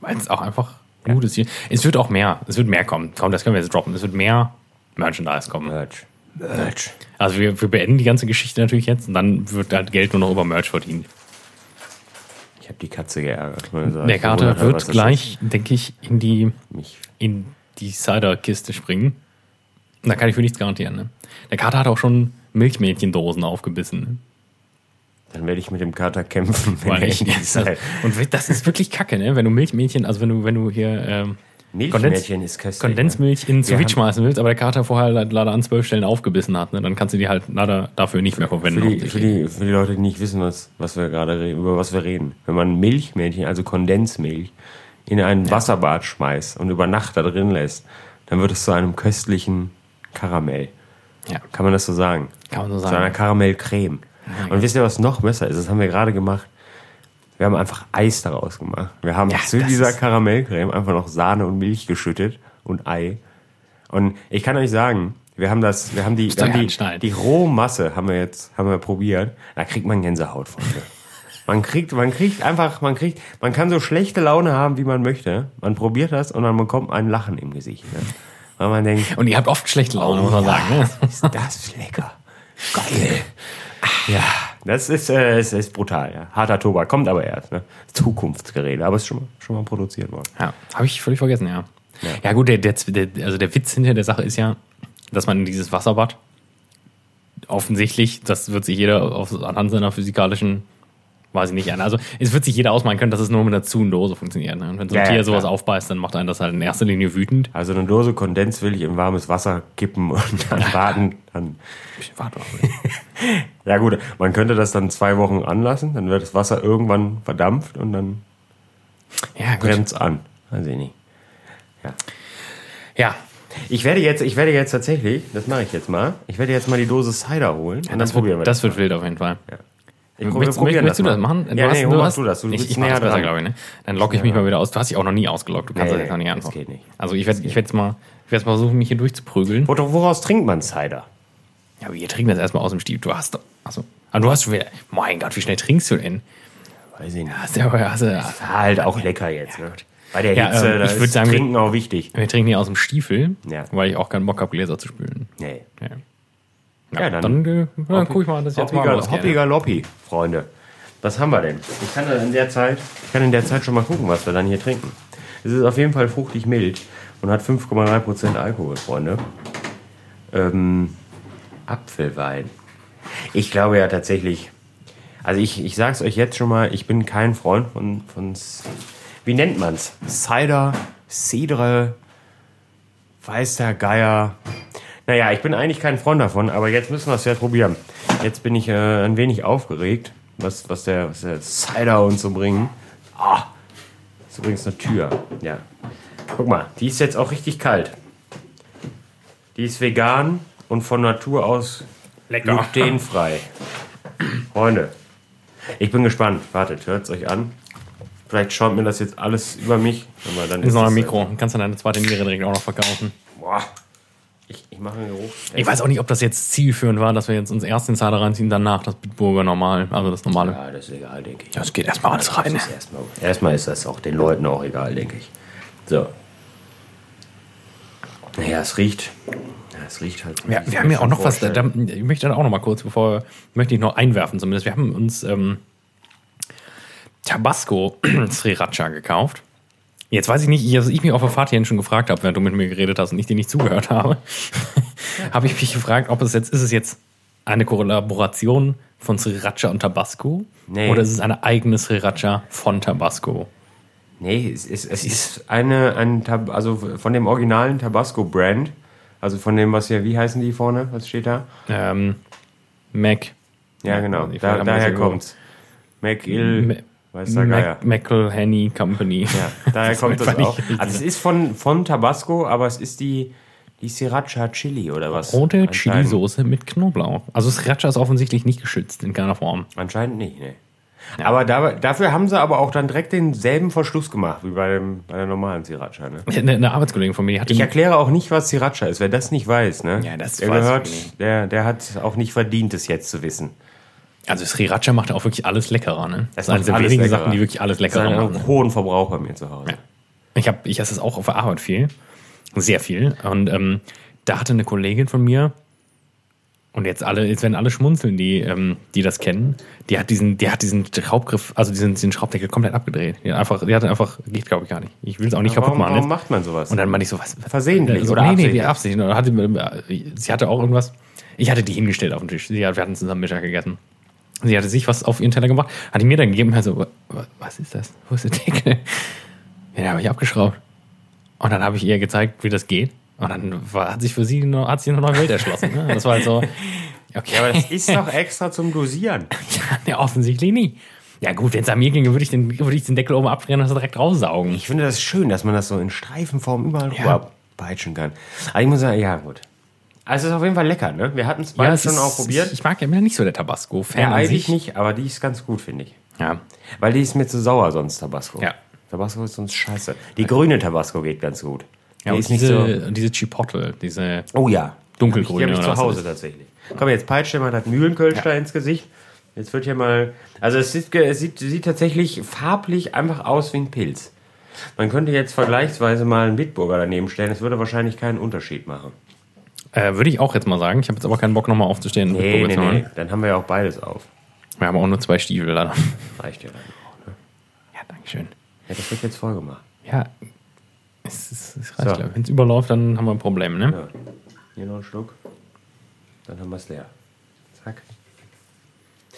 A: weil es auch einfach gut ist. hier. Es wird auch mehr, es wird mehr kommen. Komm, das können wir jetzt droppen. Es wird mehr Merchandise kommen.
B: Merch. Merch.
A: Also wir, wir beenden die ganze Geschichte natürlich jetzt und dann wird halt Geld nur noch über Merch verdient.
B: Ich habe die Katze geärgert.
A: Der Kater wird gleich, denke ich, in die
B: Mich.
A: in die Cider-Kiste springen. Da kann ich für nichts garantieren. Ne? Der Kater hat auch schon Milchmädchendosen aufgebissen. Ne?
B: Dann werde ich mit dem Kater kämpfen, wenn
A: Boah,
B: er
A: echt.
B: in die halt Zeit.
A: Und das ist wirklich kacke, ne? Wenn du Milchmädchen, also wenn du, wenn du hier ähm,
B: Milchmädchen ist köstlich. ne?
A: Kondensmilch in
B: Wir
A: Sous Vide
B: haben-
A: schmeißen willst, aber der Kater vorher le- leider an zwölf Stellen aufgebissen hat, ne? dann kannst du die halt leider dafür nicht mehr
B: Für
A: verwenden.
B: die, für, die, für die Leute, die nicht wissen, was, was wir gerade reden, über was wir reden. Wenn man Milchmädchen, also Kondensmilch, in einen Wasserbad schmeißt und über Nacht da drin lässt, dann wird es zu einem köstlichen Karamell.
A: ja,
B: Kann man das so sagen?
A: kann man so
B: Zu einer
A: sagen.
B: Karamellcreme. Und wisst ihr, was noch besser ist? Das haben wir gerade gemacht. Wir haben einfach Eis daraus gemacht. Wir haben
A: Ja,
B: zu
A: das
B: dieser
A: ist-
B: Karamellcreme einfach noch Sahne und Milch geschüttet und Ei. Und ich kann euch sagen, wir haben das, wir haben die, wir
A: doch
B: haben die,
A: anschneiden.
B: die Rohmasse haben wir jetzt, haben wir probiert. Da kriegt man Gänsehaut von mir. Man kriegt, man kriegt einfach, man kriegt, man kann so schlechte Laune haben, wie man möchte. Man probiert das und dann bekommt ein Lachen im Gesicht. Ne? Weil man denkt,
A: Und ihr habt oft schlechte Laune, muss man sagen. Ne?
B: ist Oh das lecker. Geil. Ja, das ist, äh, ist, ist brutal. Ja. Harter Tobak, kommt aber erst. Ne? Zukunftsgerede, aber ist schon mal, schon mal produziert worden.
A: Ja, habe ich völlig vergessen, ja. Ja, gut, der, der, der, also der Witz hinter der Sache ist ja, dass man in dieses Wasserbad offensichtlich, das wird sich jeder auf, anhand seiner physikalischen, weiß ich nicht, an. Also es wird sich jeder ausmalen können, dass es nur mit einer Zuendose funktioniert. Ne? Und wenn so ein
B: Ja, ja,
A: Tier sowas
B: klar.
A: aufbeißt, dann macht einen das halt in erster Linie wütend.
B: Also eine Dose Kondens will ich in warmes Wasser kippen und dann warten. Dann.
A: Warte mal.
B: Ja gut, man könnte das dann zwei Wochen anlassen, dann wird das Wasser irgendwann verdampft und dann
A: Ja, gut.
B: bremst an. Weiß ich nicht.
A: Ja,
B: Ich werde jetzt, ich werde jetzt tatsächlich, das mache ich jetzt mal, ich werde jetzt mal die Dose Cider holen und dann
A: das,
B: probieren wir
A: wird, das wird wild auf jeden Fall.
B: Ich, wir
A: Möchtest,
B: probieren
A: möchtest du das
B: mal.
A: machen?
B: Ja, nee, Hugo, mach du das. Du
A: ich
B: bist
A: ich mach
B: näher
A: das besser,
B: dran.
A: glaube ich. Ne? Dann logge ich mich mal wieder aus. Du hast dich auch noch nie ausgeloggt. Du kannst
B: Nee,
A: das jetzt noch nicht
B: nee,
A: antworten.
B: das geht nicht.
A: Also ich werde ich werd jetzt mal, ich werd jetzt mal versuchen, mich hier durchzuprügeln.
B: Wor- Woraus trinkt man Cider?
A: Ja, aber wir trinken das erstmal aus dem Stief. Du hast doch. Achso. Aber du hast schon wieder. Mein Gott, wie schnell trinkst du denn?
B: Weiß ich nicht.
A: Hast du, hast du,
B: War halt auch lecker jetzt. Ne? Bei der
A: Ja,
B: Hitze,
A: ähm,
B: da
A: ich
B: ist
A: würd sagen,
B: Trinken auch wichtig.
A: wir trinken hier aus dem Stiefel,
B: Ja.
A: weil ich auch keinen Bock habe, Gläser zu spülen.
B: Nee.
A: Ja.
B: Ja,
A: Dann,
B: dann,
A: äh, dann guck ich mal, dass ich jetzt mal
B: Hoppiger,
A: losgehe, ne?
B: Hoppiger Loppi, Freunde. Was haben wir denn? Ich kann, dann in der Zeit, ich kann in der Zeit schon mal gucken, was wir dann hier trinken. Es ist auf jeden Fall fruchtig mild und hat 5,3% Alkohol, Freunde. Ähm, Apfelwein. Ich glaube ja tatsächlich. Also ich, ich sag's euch jetzt schon mal, ich bin kein Freund von. von S- wie nennt man's? Cider, Cidre, weiß der Geier. Naja, ich bin eigentlich kein Freund davon, aber jetzt müssen wir es ja probieren. Jetzt bin ich äh, ein wenig aufgeregt, was, was, der, was der Cider uns so bringen. Ah, ist übrigens eine Tür. Ja. Guck mal, die ist jetzt auch richtig kalt. Die ist vegan und von Natur aus
A: Lecker.
B: glutenfrei. Freunde, ich bin gespannt. Wartet, hört es euch an. Vielleicht schaut mir das jetzt alles über mich. Aber dann
A: Das ist noch
B: es- äh,
A: ein Mikro. Dann kannst du deine zweite Niere direkt auch noch verkaufen.
B: Boah. Ich, ich mache einen Geruch.
A: Ich weiß auch nicht, ob das jetzt zielführend war, dass wir jetzt uns erst den Zader reinziehen, danach das Bitburger normal, also das normale.
B: Ja, das ist egal, denke ich.
A: Das geht erstmal alles
B: Das ist erstmal, erstmal ist das auch den Leuten auch egal, denke ich. So. Naja, es riecht. ja, Es riecht halt.
A: Ja, wir haben ja auch noch was, da, da, ich möchte dann auch noch mal kurz, bevor, möchte ich noch einwerfen zumindest. Wir haben uns ähm, Tabasco Sriracha gekauft. Jetzt weiß ich nicht, was ich mich auf der Fahrt hierhin schon gefragt habe, während du mit mir geredet hast und ich dir nicht zugehört habe, habe ich mich gefragt, ob es jetzt, ist es jetzt eine Kollaboration von Sriracha und Tabasco?
B: Nee.
A: Oder ist es eine eigene Sriracha von Tabasco?
B: Nee, es ist, es ist eine, ein Tab also von dem originalen Tabasco-Brand. Also von dem, was hier, wie heißen die vorne? Was steht da?
A: Ähm, Mac.
B: Ja, genau.
A: Ich
B: Da,
A: frage mal, was
B: daher
A: hier oben-
B: kommt's. McIll.
A: Me-
B: Weiß der Geier.
A: Mac McElhenney Company.
B: Ja, daher kommt das
A: einfach nicht
B: auch.
A: richtig,
B: Also es ist von, von Tabasco, aber es ist die, die Sriracha Chili oder was?
A: Rote
B: Anscheinend-
A: Chili-Soße mit Knoblauch. Also Sriracha ist offensichtlich nicht geschützt in keiner Form.
B: Anscheinend nicht, ne. Aber da, dafür haben sie aber auch dann direkt denselben Verschluss gemacht wie bei, dem, bei der normalen Sriracha. Ne?
A: Eine, eine Arbeitskollegin von mir die hat
B: Ich
A: den-
B: erkläre auch nicht, was Sriracha ist. Wer das nicht weiß, ne?
A: Mhm. Ja, das
B: der
A: weiß
B: gehört,
A: ich nicht.
B: der, der hat auch nicht verdient, es jetzt zu wissen.
A: also Sriracha macht ja auch wirklich alles leckerer. Ne? Das ist
B: macht
A: eine der
B: alles
A: wenigen
B: leckerer.
A: Sachen, die wirklich alles
B: Das hat
A: leckerer machen. ne?
B: einen hohen Verbrauch bei mir zu Hause.
A: Ich, hab, ich esse es auch auf der Arbeit viel. Sehr viel. Und ähm, da hatte eine Kollegin von mir, und jetzt alle, jetzt werden alle schmunzeln, die, ähm, die das kennen, die hat diesen, die hat diesen Schraubgriff, also diesen, diesen Schraubdeckel komplett abgedreht. Die hat einfach, die hat einfach, geht glaube ich gar nicht. Ich will es auch nicht kaputt
B: Warum,
A: machen.
B: warum
A: jetzt.
B: macht man sowas?
A: Und dann meinte ich so, was?
B: Versehentlich
A: so,
B: oder
A: nee, nee, die äh, Absicht. Und dann hatte, sie hatte auch irgendwas, ich hatte die hingestellt auf den Tisch. Sie hat, wir hatten zusammen Mittag gegessen. Sie hatte sich was auf ihren Teller gebracht, hat die mir dann gegeben, also, was ist das? Wo ist der Deckel? Ja, den habe ich abgeschraubt. Und dann habe ich ihr gezeigt, wie das geht. Und dann war, hat sich für sie noch, hat sich eine neue Welt erschlossen. Ne? Das war halt so, okay.
B: Ja, aber das ist doch extra zum Dosieren.
A: ja, offensichtlich nie. Ja gut, wenn es an mir ginge, würde ich, den- würde ich den Deckel oben abdrehen und das direkt raussaugen.
B: Ich finde das schön, dass man das so in Streifenform überall rüber peitschen kann. Aber ich muss sagen, ja, gut. Also es ist auf jeden Fall lecker, ne? Wir hatten es beide
A: es
B: schon
A: ist-
B: auch probiert.
A: Ich mag ja immer nicht so der Tabasco-Fan
B: Ja,
A: an
B: eigentlich
A: sich.
B: nicht, aber die ist ganz gut, finde ich.
A: Ja.
B: Weil die ist mir zu sauer sonst, Tabasco.
A: Ja.
B: Tabasco ist sonst scheiße. Die grüne Tabasco geht ganz gut. Die
A: Ja, und
B: ist nicht so.
A: diese, diese Chipotle, diese
B: Oh ja.
A: dunkelgrüne.
B: Die habe ich
A: oder
B: zu
A: was
B: Hause
A: das
B: tatsächlich. Komm, jetzt peitscht dir mal das Mühlenkölster ins Gesicht. Jetzt wird hier mal. Also es sieht, ge- es sieht, sieht tatsächlich farblich einfach aus wie ein Pilz. Man könnte jetzt vergleichsweise mal einen Bitburger daneben stellen, es würde wahrscheinlich keinen Unterschied machen.
A: ist. Äh, würde ich auch jetzt mal sagen. Ich habe jetzt aber keinen Bock, nochmal aufzustehen. und
B: Nee,
A: Probe
B: nee,
A: zu holen.
B: nee. Dann haben wir ja auch beides auf.
A: Wir haben auch nur zwei Stiefel leider.
B: Reicht ja dann auch. Ne?
A: Ja, Dankeschön.
B: Ja, das wird jetzt vollgemacht.
A: Ja, es, ist, es reicht,
B: So.
A: glaube ich. Wenn es überläuft, dann haben wir ein Problem, ne?
B: Ja. Hier noch einen Schluck. Dann haben wir es leer. Zack.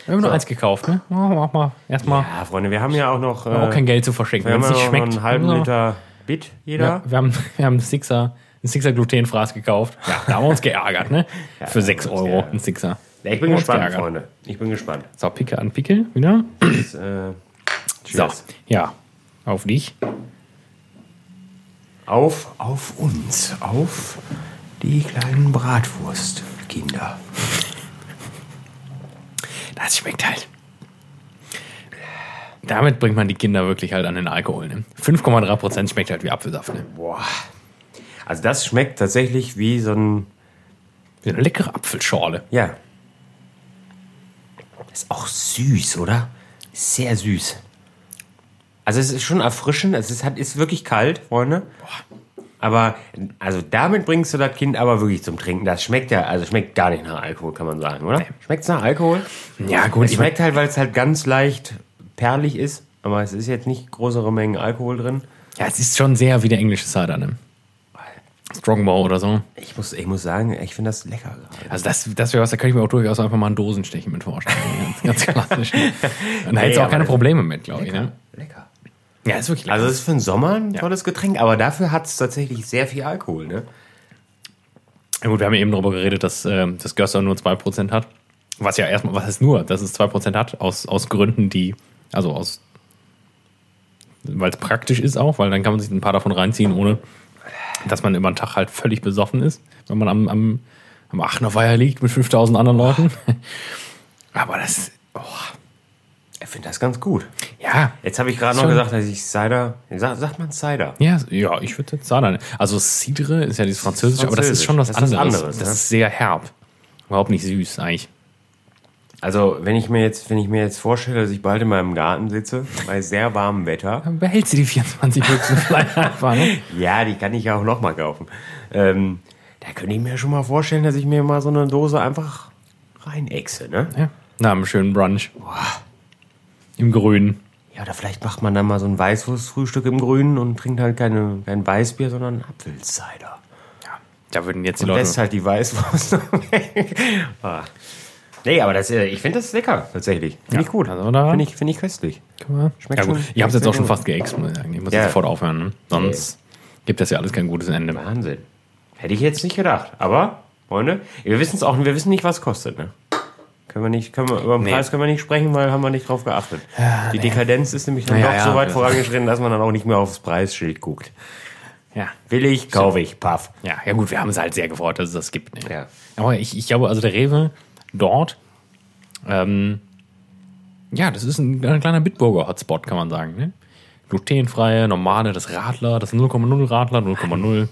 A: Wir haben nur eins gekauft, ne? Machen wir auch mal. Erstmal
B: Ja, Freunde, wir haben ja auch noch. Äh,
A: ja. auch kein Geld zu verschenken,
B: wir
A: wenn
B: haben
A: es
B: ja
A: nicht
B: noch
A: schmeckt.
B: einen halben
A: Ja.
B: Liter Bit jeder.
A: Ja, wir haben, wir haben einen Sixer, einen Sixer Glutenfraß gekauft. Ja, da haben wir uns geärgert, ne? Für
B: da
A: 6
B: haben wir uns
A: Euro
B: geärgert.
A: ein Sixer.
B: Ja, ich bin
A: Haben wir uns
B: gespannt,
A: geärgert.
B: Freunde. Ich bin gespannt.
A: So, Picke an Pickel wieder.
B: Das, äh,
A: So,
B: cheers.
A: ja, auf dich.
B: Auf, auf uns, auf die kleinen Bratwurstkinder.
A: Das schmeckt halt. Damit bringt man die Kinder wirklich halt an den Alkohol. Ne? 5,3% schmeckt halt wie Apfelsaft. Ne?
B: Boah. Also das schmeckt tatsächlich wie so ein,
A: Wie eine leckere Apfelschorle.
B: ja. Ist auch süß, oder? Sehr süß. Also es ist schon erfrischend, es ist, hat, ist wirklich kalt, Freunde. Aber, also damit bringst du das Kind aber wirklich zum Trinken. Das schmeckt ja, also schmeckt gar nicht nach Alkohol, kann man sagen, oder? Schmeckt es nach Alkohol?
A: Ja, gut,
B: Es schmeckt halt, weil es halt ganz leicht perlig ist, aber es ist jetzt nicht größere Mengen Alkohol drin.
A: Ja, es ist schon sehr wie der englische Cider. Ne? Strongbow oder so.
B: Ich muss, ich muss sagen, ich finde das lecker gerade.
A: Also das, das wäre was, da könnte ich mir auch durchaus einfach mal einen Dosenstechen mit vorstellen. ne? Ganz, ganz klassisch. Und da hättest du
B: Nee,
A: auch keine
B: aber-
A: Probleme mit, glaube ich. Ne?
B: Lecker.
A: Ja, ist wirklich lecker.
B: Also es ist für den Sommer ein tolles Getränk, aber dafür hat es tatsächlich sehr viel Alkohol, ne?
A: Ja gut, wir haben ja eben darüber geredet, dass ähm, das Gösser nur 2% hat. Was ja erstmal, was heißt nur, dass es 2% hat, aus, aus Gründen, die, also aus, weil es praktisch ist auch, weil dann kann man sich ein paar davon reinziehen, ohne dass man über den Tag halt völlig besoffen ist, wenn man am, am, am Aachener Weiher liegt mit 5000 anderen Leuten. Aber das, oh,
B: Ich finde das ganz gut.
A: ja,
B: Jetzt habe ich gerade noch
A: Schon.
B: gesagt, dass ich Cider, sa- sagt man Cider?
A: ja, ja, ich würde jetzt sagen, also Cidre ist ja dieses Französische, aber das ist schon was
B: Das ist
A: anderes.
B: was anderes,
A: das
B: ne?
A: ist sehr herb. Überhaupt nicht süß eigentlich.
B: Also wenn ich mir jetzt, wenn ich mir jetzt vorstelle, dass ich bald in meinem Garten sitze, bei sehr warmem Wetter,
A: Dann behält sie die 24 Büchsen vielleicht einfach, ne?
B: Ja, die kann ich ja auch nochmal kaufen. Ähm, da könnte ich mir schon mal vorstellen, dass ich mir mal so eine Dose einfach reinechse, ne?
A: Ja. Na, einem schönen Brunch. Im Grünen.
B: Ja, oder vielleicht macht man dann mal so ein Weißwurstfrühstück im Grünen und trinkt halt keine, kein Weißbier, sondern Apfelcider.
A: Da würden jetzt die
B: Und
A: Leute.
B: lässt halt die Weißwurst noch weg. Ah. Nee, aber das, äh, ich finde das lecker, tatsächlich. Finde ich gut.
A: also da-
B: Finde ich, finde ich köstlich.
A: ja,
B: Schmeckt
A: gut.
B: schon-
A: Ihr habt jetzt auch schon
B: schmeckt
A: fast geäxt, muss ich sagen. Ihr müsst
B: Ja.
A: jetzt sofort aufhören, ne? Sonst gibt das ja alles kein gutes Ende.
B: Wahnsinn. Hätte ich jetzt nicht gedacht. Aber, Freunde, wir wissen es auch, wir wissen nicht, was kostet, ne? Können wir nicht, können wir, über den
A: Nee.
B: Preis können wir nicht sprechen, weil haben wir nicht drauf geachtet. die Dekadenz ist nämlich dann
A: Ja,
B: doch
A: ja,
B: so weit
A: das-
B: vorangeschritten, dass man dann auch nicht mehr aufs Preisschild guckt.
A: Ja.
B: Will ich, kaufe ich, paff.
A: Ja, ja gut, wir haben es halt sehr gefreut, dass es das gibt. Ne?
B: Ja.
A: Aber ich, ich glaube, also der Rewe dort, ähm, ja, das ist ein, ein kleiner Bitburger-Hotspot, kann man sagen. Ne? Glutenfreie, normale, das Radler, das 0,0 Radler, 0,0.